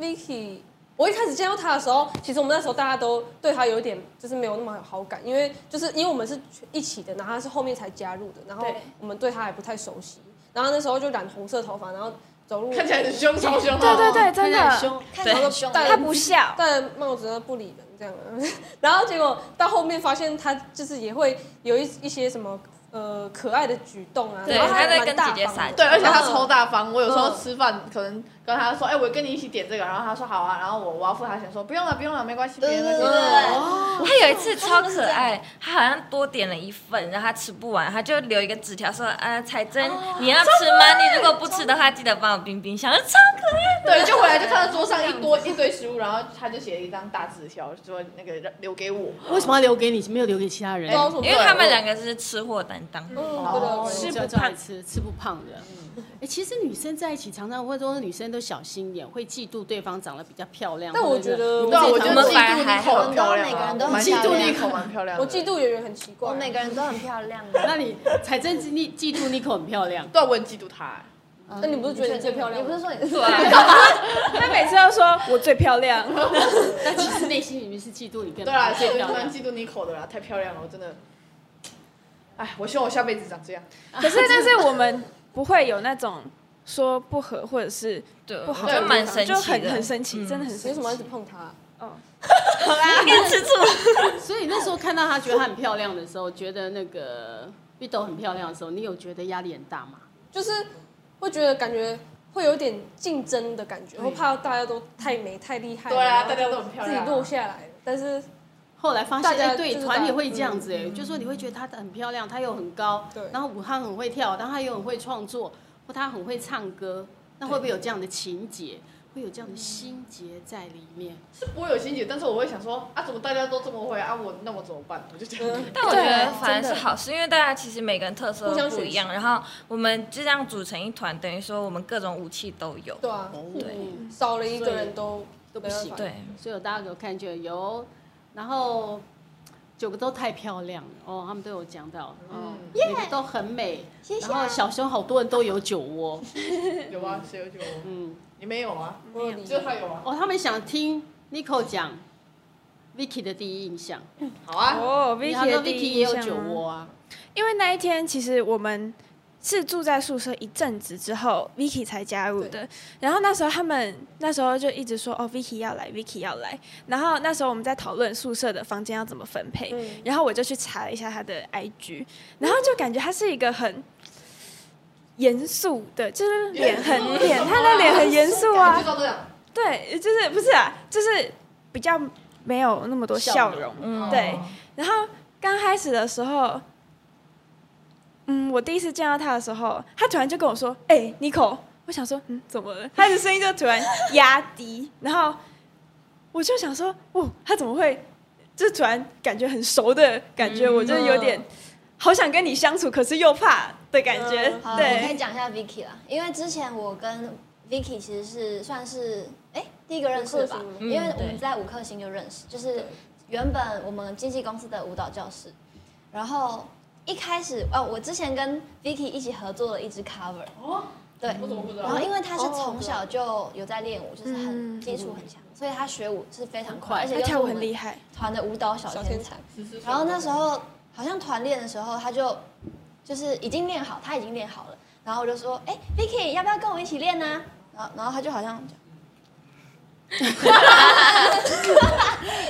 Vicky，我一开始见到他的时候，其实我们那时候大家都对他有一点就是没有那么有好感，因为就是因为我们是一起的，然后他是后面才加入的，然后对我们对他还不太熟悉，然后那时候就染红色头发，然后走路看起来很凶，超凶。对对对，真看起来的哦很，看起来很凶，啊对他不笑，戴帽子呢不理人这样，啊 然后结果到后面发现他就是也会有一一些什么呃可爱的举动啊，对然后他在蛮跟大姐姐方撒哦的对，而且他嗯超大方。我有时候嗯吃饭可能跟他说，哎，我跟你一起点这个，然后他说好啊，然后我我要付他钱，说不用了，不用了，没关系，别人的对钱。他有一次超可爱，他好像多点了一份，然后他吃不完，他就留一个纸条说：“啊，彩珍，你要吃吗？你如果不吃的话，记得帮我冰冰箱。”超可爱。对，就回来就看到桌上一多一堆 食物，然后他就写了一张大字条，说那个留给我。哎为什么要留给你，没有留给其他人不知？道为什么因为他们两个是吃货担当，嗯哦不得而知吃不吃不胖胖吃，吃不胖的。哎，其实女生在一起常常会说，女生都小心一点，会嫉妒对方长得比较漂亮。但我或者是觉得你对啊，们我这觉一得堂嫉们妒妮蔻很漂亮我们反而还好我们每个啊人都，很蛮嫉漂妒亮妮蔻蛮漂亮的。我嫉妒演员很奇哦怪，啊我每个人都很漂亮啊。那你才真嫉嫉妒 Nico 很漂亮。对啊，我很嫉妒他。哎那你不是觉得你最漂亮嗯你不吗是说你是他每次都说我最漂 亮，但其实内心里面是嫉妒你更对啊啊啦，最嫉漂妒蛮亮。嫉妒妮蔻的啦，太漂亮了，我真的。哎，我希望我下辈子长这样。可是但是我们不会有那种说不合或者是对，不好，就蛮神就奇很的，很神奇，嗯真的很为神什奇么要一。直碰他？一边吃醋。所以那时候看到她觉得她很漂亮的时候，觉得那个碧斗很漂亮的时候，你有觉得压力很大吗？就是会觉得感觉会有点竞争的感觉，会怕大家都太美太厉害，对啊然后大家都很漂自己亮啊落下来了。但是后来发现，大家哎，对，就是团大也家会这样子，哎，就说你会觉得她很漂亮，她又很高，对然后武汉很会跳，然后她又很会创作，或她很会唱歌，那会不会有这样的情节？会有这嗯样的心结在里面。是不会有心结，但是我会想说啊，怎么大家都这么会啊？我那我怎么办？我就这样。但我觉得反而真是的好事，因为大家其实每个人特色互都相不学一样，然后我们就这样组成一团，等于说我们各种武器都有。嗯对啊，对，少了一个人都都不行没办法对，所以我大家给我看就有，哦然后九个都太漂亮了哦，他们都有讲到，哦，每个都很美，嗯谢啊谢然后小熊好多人都有酒窝， 有啊，谁有酒窝？嗯，你没有啊？没有理只有他有啊。哦，他们想听 n i c o 讲 Vicky 的第一印象，好啊，哦因为他说 Vicky 也有印象酒啊窝啊，因为那一天其实我们是住在宿舍一阵子之后，Vicky 才加入的。然后那时候他们那时候就一直说哦，Vicky 要来，Vicky 要来。然后那时候我们在讨论宿舍的房间要怎么分配，然后我就去查了一下他的 IG，然后就感觉他是一个很。严肃的，就是脸很脸，他的脸很严肃啊就，照这样。对，就是不是啊，就是比较没有那么多笑容，嗯，对，然后刚开始的时候，嗯，我第一次见到他的时候，他突然就跟我说：“哎、n i c o 我想说，嗯，怎么了？他的声音就突然压低， 然后我就想说，哦，他怎么会？就突然感觉很熟的感觉，我就有点好想跟你相处，可是又怕的感觉。好，我可以对，讲一下 Vicky 啦，因为之前我跟 Vicky 其实是算是哎第一个认识吧五颗，因星为嗯我对们在五颗星就认识，就是原本我们经纪公司的舞蹈教室，然后一开始哦，我之前跟 Vicky 一起合作了一支 cover，哦，对，我怎么不知道然后？因为他是哦从小就有在练舞，就是很嗯基础很强，所以他学舞是非常快，而且他又是跳舞我很们厉害，团的舞蹈小小天天才才。然然后那时候好像团练的时候，他就就是已经练好，他已经练好了。然后我就说：“哎、v i c k y 要不要跟我一起练呢、然后，然后他就好像讲，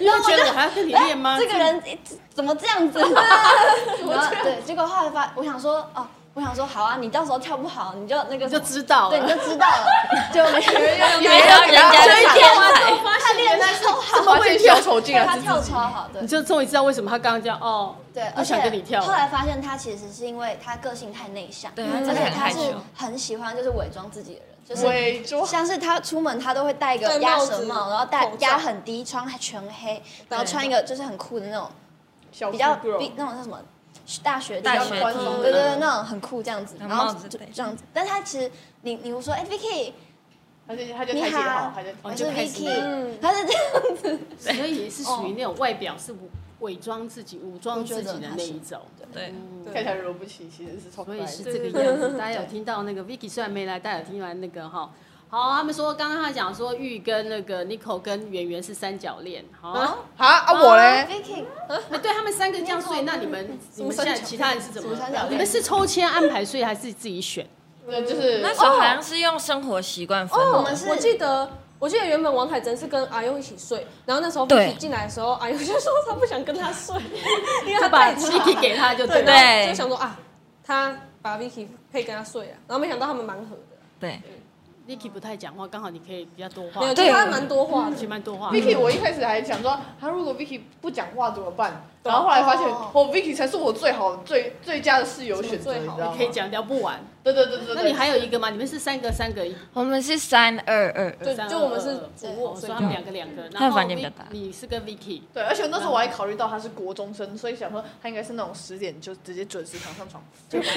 因为觉得我还要跟你练吗？ 这个人诶怎么这样子？然后对，结果后来发，我想说，哦，我想说，好啊，你到时候跳不好，你就那你个什就么知道对，了你。就知道了，就没有没有人家的天才，他练的超好，发现小丑竟对然他是跳超好，对你，就终于知道为什么他刚刚这样哦，对，不而且想跟你跳后来发现他其实是因为他个性太内向，对他真的而且很他害是羞。很喜欢就是伪装自己的人，就是伪装。像是他出门，他都会戴一个戴鸭帽舌子帽，然后戴口罩压很低，穿全黑，然后穿一个就是很酷的那种小比较 girl 比那种叫什么大学大比较学宽弟松嗯对对对，那种很酷这样子，然然后后帽子就戴这样子。但他其实你你会说，哎，Vicky，他就他就你太解好好，他就我他是哦就开始 Vicky，他是这 样所以是属于那种外表是伪装自己、武装自己的那一种。对，看起来惹不起，其实是超所可爱以的。是这个样子。大家有听到那个 Vicky 虽然没来，大家有听完那个哈。好，他们说刚刚他讲说玉跟那个 n i c o 跟圆圆是三角恋，好，好啊，我嘞， Vicky，那对他们三个这样，所以那你们你们现在其他人是怎么什么三角？恋你们是抽签安排，所以还是自己选？对，就是那时候好像是用生活习惯分哦我们是我记得，我记得原本王凯真是跟阿优一起睡，然后那时候对 Vicky 进来的时候，阿优就说他不想跟他睡， 因为就他把太吵 Vicky 给他就对了。对就想说啊，他把 Vicky 配跟他睡了，然后没想到他们蛮合的，对， Vicky 不太讲话，刚好你可以比较多话没有，，就哦对是他蛮多话其实的，蛮多话。 Vicky，我一开始还想说，他如果 Vicky 不讲话怎么办？然后后来发现，哦我 Vicky 才是我最好、最最佳的室友选择，什你么最好知道吗可以？讲聊不完。对对对对对。那你还有一个吗？你们是三个三个，我们是三二二就就我们是主卧，我说所以哦嗯他们两个两个，他然的后房间比较大 Vicky- 你是跟 Vicky，对，而且我那时候我还考虑到他是国中生，所以想说他应该是那种十点就直接准时躺上床。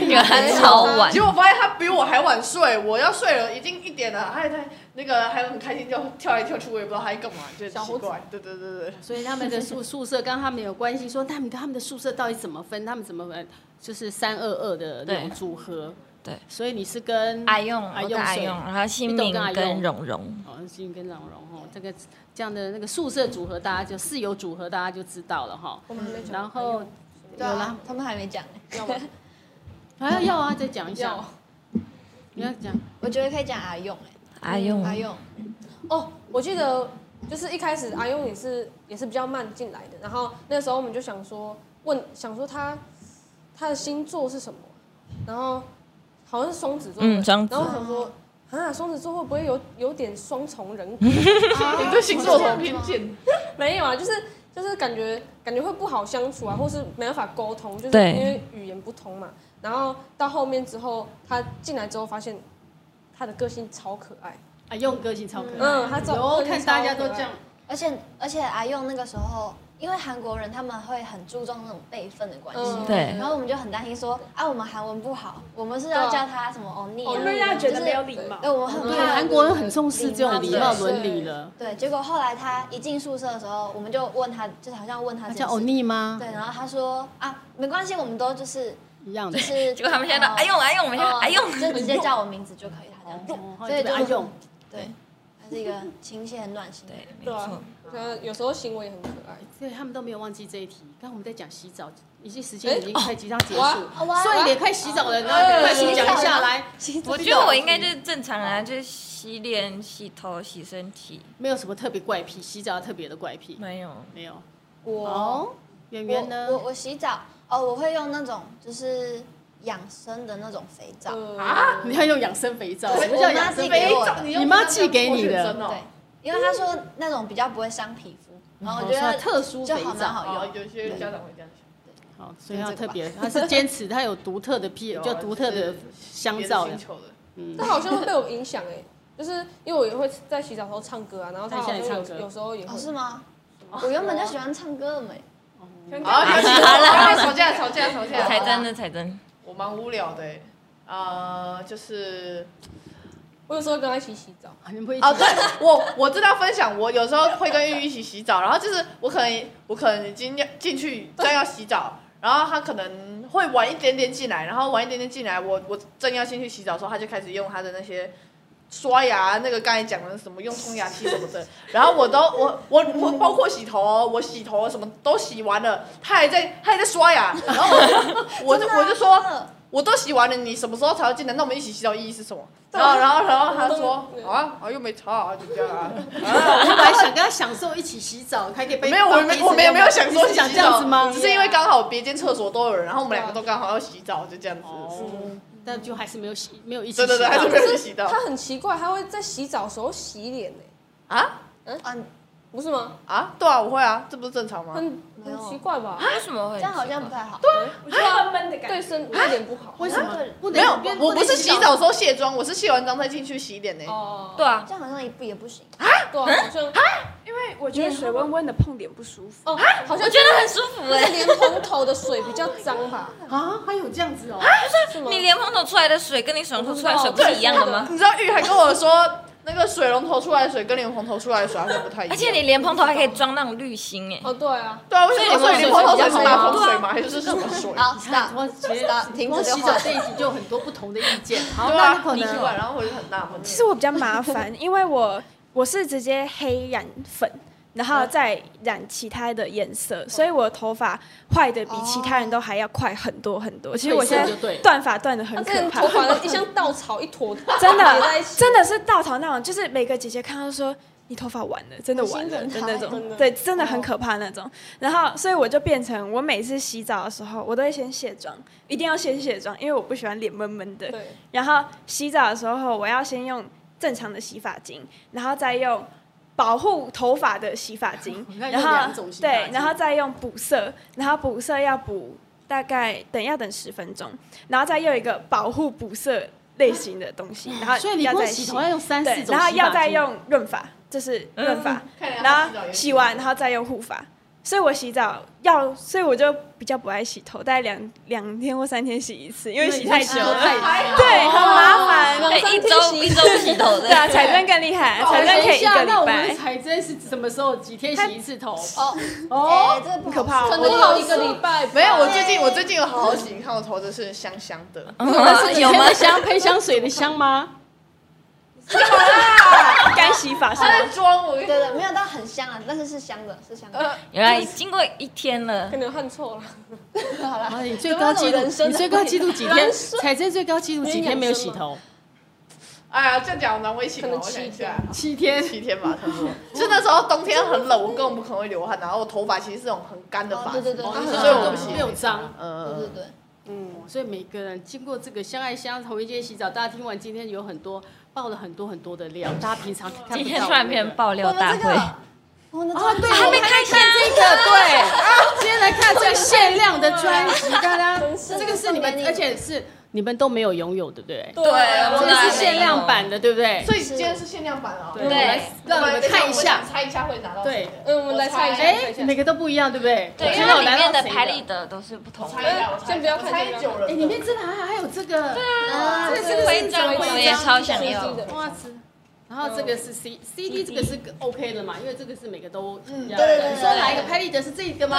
原来超晚结，果发现他比我还晚睡，我要睡了，已经一点了，他还在那个还很开心跳跳来跳去，我也不知道他在干嘛，就很奇怪。对对对对，所以他们的 宿宿舍跟他们有关系，说他们跟他们的宿舍到底怎么分，他们怎么分，就是三二二的那种对组合。对，所以你是跟哎阿用，阿我哎用跟阿谁用，然后新你懂明跟阿用跟蓉蓉，哦，金跟朗荣哦，这个这样的那个宿舍组合，大家就室友组合，大家就知道了哈。我们没讲哎然后有对啊啦，他们还没讲呢。还要要啊，再讲一下要，你要讲我觉得可以讲阿用阿哎，用，阿用，哦，我记得就是一开始阿用也是也是比较慢进来的，然后那时候我们就想说问想说他他的星座是什么，然后好像是双子座，嗯双子然后哦我想说啊双子座会不会有有点双重人格？啊你对星座有什么偏见？没有啊，就是就是感觉感觉会不好相处啊，或是没办法沟通，就是对因为语言不通嘛。然后到后面之后，他进来之后发现他的个性超可爱，啊，用个性超可爱。嗯他照有看大家都这样，而且而且阿用那个时候，因为韩国人他们会很注重那种辈分的关系，嗯对然后我们就很担心说啊，我们韩文不好，我们是对要啊叫他什么欧尼啊，哦因为大家觉就得是没有礼貌对，我哦们很嗯怕韩国人很重视这种礼貌对伦理了。对，结果后来他一进宿舍的时候，我们就问他，就是好像问他他这叫件哦事欧尼吗？对，然后他说啊，没关系，我们都就是一样就的。是，结果他们现在都呃哎呦哎呦，我们现在呃哎呦，啊就直接叫我名字就可以，他这样哦子，所以就哎爱用，对，他是一个亲切暖心的人。 对，没对啊错，，那有时候行为也很可爱。对他们都没有忘记这一题。刚刚我们在讲洗澡，已经时间已经快即将结束，哦哇所以得快洗澡了，然呃后快速讲一下来。我觉得我应该就是正常人啊，就是洗脸、洗头、洗身体，没有什么特别怪癖，洗澡特别的怪癖没有。没有。我哦，圆我圆呢我？我洗澡哦，我会用那种就是养生的那种肥皂，呃啊，你要用养生肥皂？什么叫我妈养自己生给肥我皂？的你妈寄给你的对，因为他说那种比较不会伤皮肤，然后我觉说得特殊就肥好蛮皂好用。哦有些家长会这样想。好，所以要特别，它 是坚持，它有独特的啊癖，就独特的香皂的。他好像会被我影响哎，就是因为我也会在洗澡的时候唱歌啊，然后他好像他现在有唱歌有时候也哦，会是吗？我原本就喜欢唱歌的嘛，好，有请好了，吵架，吵架，吵架。才真的才真，我蛮无聊的欸，呃，就是我有时候跟他一起洗澡，啊你们会哦， 对我我知道分享，我有时候会跟玉玉一起洗澡，然后就是我可能我可能已经要进去正要洗澡，然后他可能会晚一点点进来，然后晚一点点进来，我我正要进去洗澡的时候，他就开始用他的那些。刷牙啊那个刚才讲的什么用冲牙器什么的，然后我都我我我包括洗头哦，我洗头什么都洗完了，他还在他还在刷牙，然后我我就我就说真的我都洗完了，你什么时候才要进来？那我们一起洗澡意义是什么？然后，然后，然后他说我都啊啊，又没擦啊，就这样啊。我本来想跟他享受一起洗澡，还可以被没有，我没，我没有没有想说你是想这样子吗？只是因为刚好别间厕所都有人，然后我们两个都刚好要洗澡，就这样子。哦，但就还是没有洗，没有一起对洗对对，还澡是。没有洗到他很奇怪，他会在洗澡的时候洗脸哎，啊啊，不是吗？啊！对啊，我会啊，这不是正常吗？很没很有奇怪吧？为什么会？这样好像不太好。对，我觉得闷闷的感对觉。身对脸不好。为什么对不没能？有不能，我不是洗洗澡的时候卸妆，我是卸完妆再进去洗脸呢。欸哦，对啊，这样好像也不也不行。对啊，好像因为我觉得水温温的碰脸不舒服。哦，好我像觉得很舒服哎。莲蓬头的水比较脏吧？啊？还有这样子哦？是吗？你莲蓬头出来的水跟你水龙头出来的水不是一样的吗？你知道玉还跟我说，那个水龙头出来的水跟脸红头出来的水好像不太一样。而且你莲蓬头还可以装那种滤芯哎，哦，对啊，对啊，为什么所以脸红头水是马桶水吗？还是哦什么水？好，stop，光洗停光止就洗澡好这一题就有很多不同的意见。好，对那啊，可你洗能完然后我就很纳闷。其实我比较麻烦， 因为我我是直接黑染粉，然后再染其他的颜色，所以我的头发坏的比其他哦人都还要快很多很多。其实我现褪色就对在了，断发断的他很这可个怕啊头，发的一像稻草一坨， 真叠在的一起真的是稻草那种，就是每个姐姐看到说你头发完了，真的完了很的心疼那她真种的，哦对，真的很可怕那种。然后，所以我就变成我每次洗澡的时候，我都会先卸妆，一定要先卸妆，因为我不喜欢脸闷闷的。对，然后洗澡的时候，我要先用正常的洗发精，然后再用保护头发的洗发 精那有然两后种洗发对，精然后再用补色，然后补色要补大概等要等十分钟，然后再用一个保护补色类型的东西，然后所以你要光再洗头要用三四对种，洗然后要发再精嗯用润发，就是润发，看来他洗澡然也后是洗完然后再用护发。所以我洗澡要，所以我就比较不爱洗头，大概两两天或三天洗一次，因为洗太久了。太哦对，很麻烦。哎，一周一周不洗头对啊，的。彩妆更厉害，彩妆可以一个那我礼们拜。才真是什么时候几天洗一次头？哦，哎，哦，这个不可怕说哦可能有一个礼拜吧没有，我最近我最近有好好洗，你看我头真是香香的。是有吗？香喷香水的香吗？干洗法 是他在装我，对对，没有到很香啊，但是是香的，是香的。 原来经过一天了可，能看错了。啊，你最高记录，你最高记录几天？彩珍最高记录几天没有洗头？哎呀，这样讲我难为情可了。能我七想一下天，七天七天吧，差不多。就那时候冬天很冷，我根本不可能会流汗，然后我头发其实是那种很干的发哦，质，对对对，所对以我不洗。没有脏。对对嗯，对，嗯，所以每个人经过这个相爱相同一间洗澡，大家听完今天有很多爆了很多很多的料，大家平常看不到。今天突然变爆料我大们这个会，，我们的啊，对，还没开箱这个对，今天来看这个限量的专辑，大家这个是你们，而且是你们都没有拥有，对不对？对，啊我这们个还是没限量版的，对不对？所以今天是限量版哦。我们来让你们看一下，猜一下会拿到谁的。嗯，我们来猜一下，猜哎一下，每个都不一样，对不对？对，因今天为它我里拿面到谁的排列的都是不同我的。猜一下，我猜一下先不要我看猜先不要久了。哎，里面真的还还有这个，对啊，啊，这这个徽是章徽我也章超想要。哇塞！然后这个是 C 嗯 C D 嗯这个是 OK 的嘛，因为这个是每个都一样对的。对你说对哪一个拍立得是这个吗？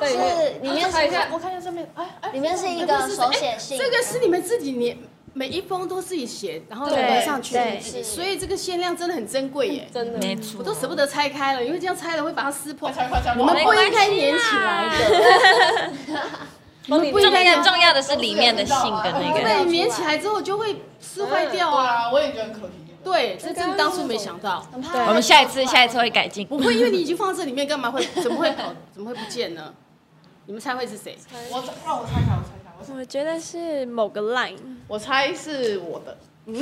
对，是里面猜是一下，一我看一下上面，哎哎，个里面是一这个个是手写信，这个是你们自己连每一封都自己写，然后对粘上去对，是所以这个限量真的很珍贵耶，真的，没错，我都舍不得拆开了，因为这样拆了会把它撕破。快快快你们没不关系应该粘起来的，你们不应重该要粘。重要的是里面的信跟那对个。对，粘起来之后就会撕坏掉对啊。啊，我也觉得很可惜。对，这真的当初没想到。很怕我们下一次下一次会改进。不会，因为你已经放在这里面，干嘛会怎么会跑，怎么会不见呢？你们猜会是谁？我猜让我猜一下，我猜一下，我猜我觉得是某个 line，我猜是我的。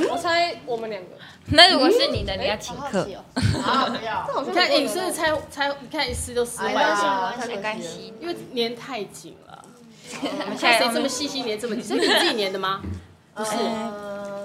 我猜我们两个， 那如果是你的，你要请好好客奇。哦，啊，不要。你看，哎你真的猜猜，你看一撕都撕坏哎呀了，没没关关系系，因为粘太紧了。我们下看一谁次这么细心粘这么紧？是你自己粘的吗？不是呃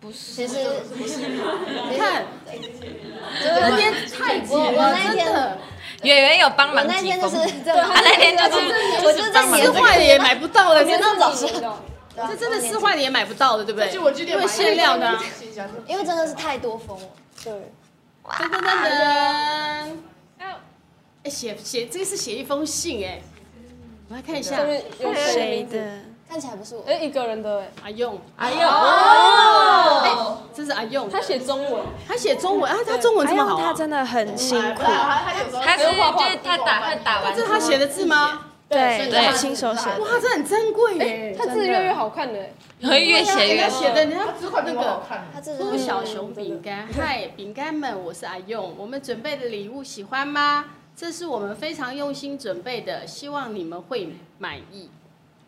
不是其实你看， 我粘太紧我了，我那真天的圆圆有帮忙那几天就封是，对，他那天就是我就在撕写坏了也买不到了，真粘的到早上，这真的撕坏了也买不到了，对不对？就我去因店为买一个限量的啊。信箱因为真的是太多封了，对，噔噔噔噔。哎，写写这个是写一封信哎，我来看一下上。面有谁的名字？的？看起来不是我，哎，一个人的，哎，阿用，哎呦，哦，哎，这是阿用，他写中文，他写中文啊，他中文这么好、啊他？真的很辛苦，他他有时候他是就是他打他打完这之是后啊他，写的哎字吗？对，对他亲手写哇的，，这很珍贵耶！他字越来越好看了，会越写他越写的，人家这块那那个个好看他。这猪是小熊饼干。嗨，饼干们，我是阿用，我们准备的礼物喜欢吗？这是我们非常用心准备的，希望你们会满意，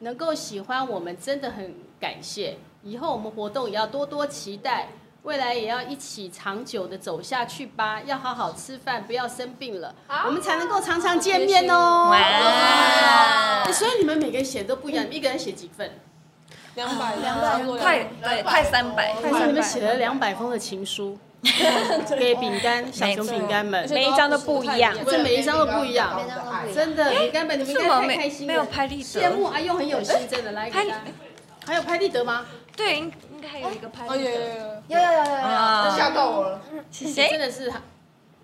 能够喜欢我们真的很感谢。以后我们活动也要多多期待，未来也要一起长久的走下去吧。要好好吃饭，不要生病了，我们才能够常常见面哦。哇欸所以你们每个人写都不一样，你们一个人写几份？两百，两百差不多快两对哦快三百，但是你们写了两百封的情书给饼干小熊饼干们百，，每一张都不一样这每一张都不一样每一张都不一样真的饼干们，你们应是该我太开没心没有了。拍立羡得，慕阿哎用很有心，真的来给大家。还有拍立得吗？对，应应该还哦有一个拍哦，立有有得有有，有有有有有，吓啊，到我了，是真谁？的是哎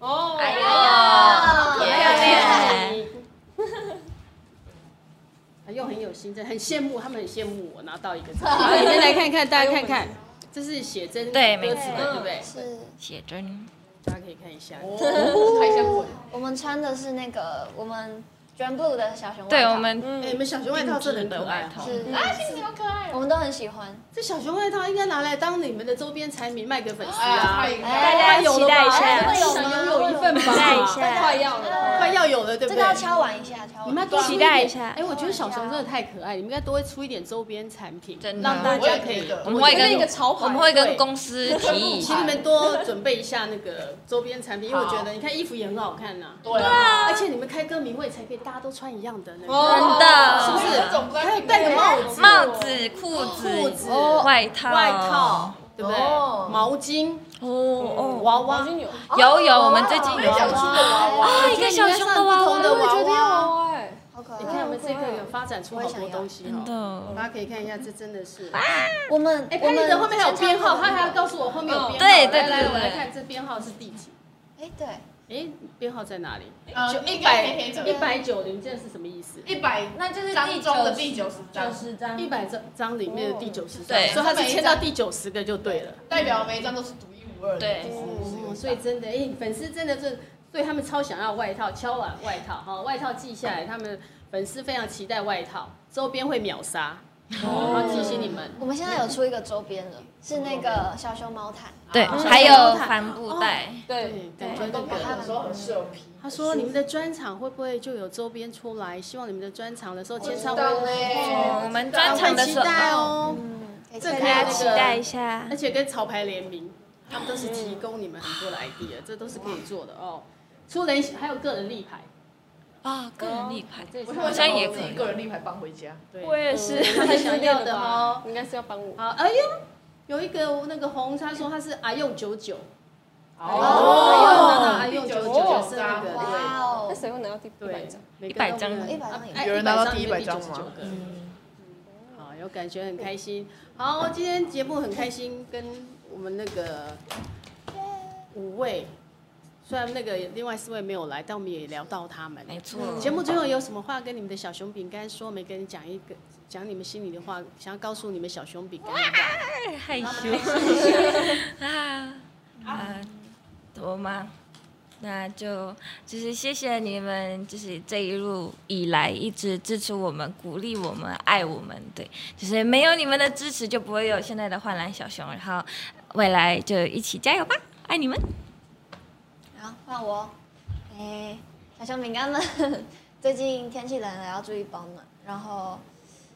哦，哎呀，漂亮！阿哎用很有心，真的很羡慕，他们很羡慕我拿到一个。好，你们来看看，大家看看，这是写真对没歌错词的，对不对？是写真，大家可以看一下。开箱滚。我们穿的是那个我们 Dream Blue 的小熊外套，对我哦们哎，你们小熊外套真的很可爱哈。是啊，其实好可哦爱，我们都很喜欢，这小熊外套应该拿来当你们的周边产品卖给粉丝哎呀，啊太！应哎该。大家期待一哎下，有想吗拥有一份吧，期待一下，快要了，快要有了，对不这对？个要敲完一下，你敲完们要多出期一待点一下哎，我觉得小熊真的太可爱，你们应该多出一点周边产品，真的让大家可以。我们会哎那个跟潮牌，我们会跟公司提议，请你们多准备一下那个周边产品，因为我觉得你看衣服也很好看呐、对啊，而且你们开歌迷会才可以大家都穿一样的那个，哦真是不的。是？还有戴个帽子、帽子、裤裤子子、外套、外套，对不对？哦毛巾、哦哦，娃娃已，经有，有有，我们最近有小熊的娃哦娃，啊，一个小熊的娃我觉得应该算不同的娃，娃娃哇哎，好可你看爱哦我。们这个有发展出好多东西真哦，的，大家可以看一下，这真的是。我们哎，我拍立们得后面还有编号，先他看还要告诉我后面有编号。哦对对来来，对我来对看这编号是第几？哎对，哎，编号在哪里？呃，一一百百一百九零，这是什么意思？一百那就是张中的第九十张，张一百张张里面的第九十张，对所以他是签到第九十个就对了。代表每一张都是独一无二的。对哦，所以真的，哎，粉丝真的是对他们超想要外套，敲碗外套哈，外套寄下来，他们粉丝非常期待外套，周边会秒杀。哦，提醒你们，我们现在有出一个周边了，是那个小熊毛毯，对，还有帆布袋，对，对，感觉那都个。的时候很适合皮。他说：“你们的专场会不会就有周边出来？希望你们的专场的时候签唱会，嗯哦我们专场的期时待候，哦，可以这看可以大那到家期个待一下而。且跟潮牌联名，他们都是提供你们很多的 idea，这都是可以做的哦。出人还有个人立牌，啊，个人力牌，我好像也可自己以。个人立牌搬回家。对我也是嗯很想要的哦。应该是要帮我。好，哎呦，有一个那个红，他说他是阿用九九，哦哎呦，拿到阿用九第九九是十那张个哇那哦，谁会拿到第一百对张？对，一百张一百张也哎有人拿到第一一百百张张里面吗第99个？嗯好，有感觉很开心。好，今天节目很开心，跟我们那个五位，虽然那个另外四位没有来，但我们也聊到他们。没 错，节目最后有什么话跟你们的小熊饼干说？每个人讲一个，讲你们心里的话，想要告诉你们小熊饼干的话。太害羞 啊啊！我吗？那就就是谢谢你们，就是这一路以来一直支持我们、鼓励我们、爱我们，对，就是没有你们的支持，就不会有现在的焕然小熊。然后未来就一起加油吧，爱你们！好，换我。哎、小熊饼干们，最近天气冷了，要注意保暖。然后，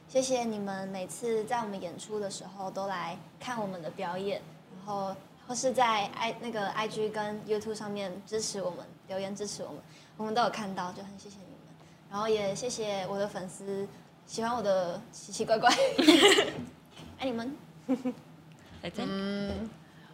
谢谢你们每次在我们演出的时候都来看我们的表演，然后或是在 i 那个 IG 跟 YouTube 上面支持我们，留言支持我们，我们都有看到，就很谢谢你们。然后也谢谢我的粉丝喜欢我的奇奇怪怪， 爱你们。再见。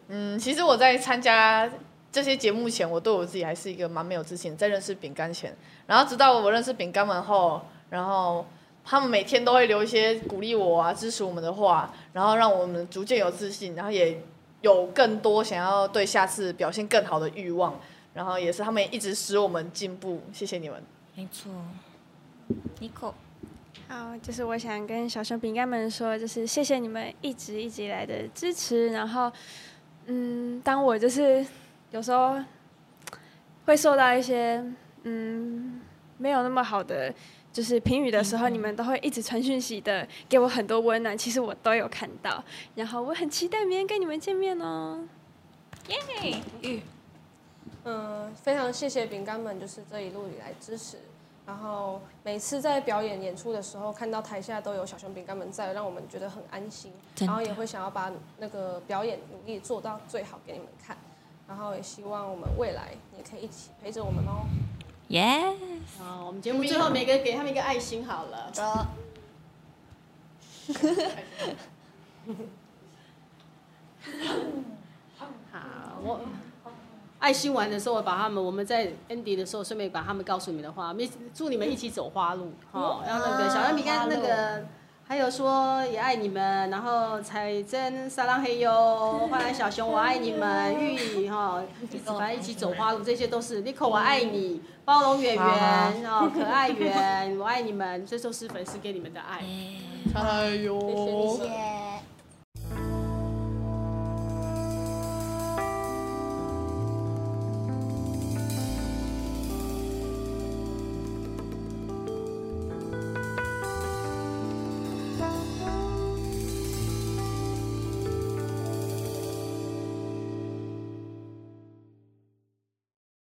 嗯，其实我在参加这些节目前，我对我自己还是一个蛮没有自信，在认识饼干前，然后直到我认识饼干们后，然后他们每天都会留一些鼓励我啊、支持我们的话，然后让我们逐渐有自信，然后也有更多想要对下次表现更好的欲望，然后也是他们一直使我们进步，谢谢你们。没错，Nico，好，就是我想跟小熊饼干们说，就是谢谢你们一直一直以来的支持。然后，嗯，当我就是有时候会受到一些嗯没有那么好的就是评语的时候，你们都会一直传讯息的，给我很多温暖。其实我都有看到，然后我很期待明天跟你们见面哦。耶，玉，嗯，非常谢谢饼干们，就是这一路以来支持。然后每次在表演演出的时候，看到台下都有小熊饼干们在，让我们觉得很安心。真然的后也会想要把那个表演努力做到最好给你们看。然后也希望我们未来也可以一起陪着我们哦。耶，好，我们节目最后每个人给他们一个爱心好了。走好，我爱心完的时候，我把他们我们在 Andy 的时候，顺便把他们告诉你们的话，我们一起祝你们一起走花路，哦，然后那个小杨饼干那个。还有说也爱你们，然后彩珍、沙浪嘿哟、花兰小熊我爱你们，玉哈，一起反正一起走花路，这些都是 Nico 我爱你，包容圆圆哦，可爱圆，我爱你们，这都是粉丝给你们的爱。耶哎呦谢谢。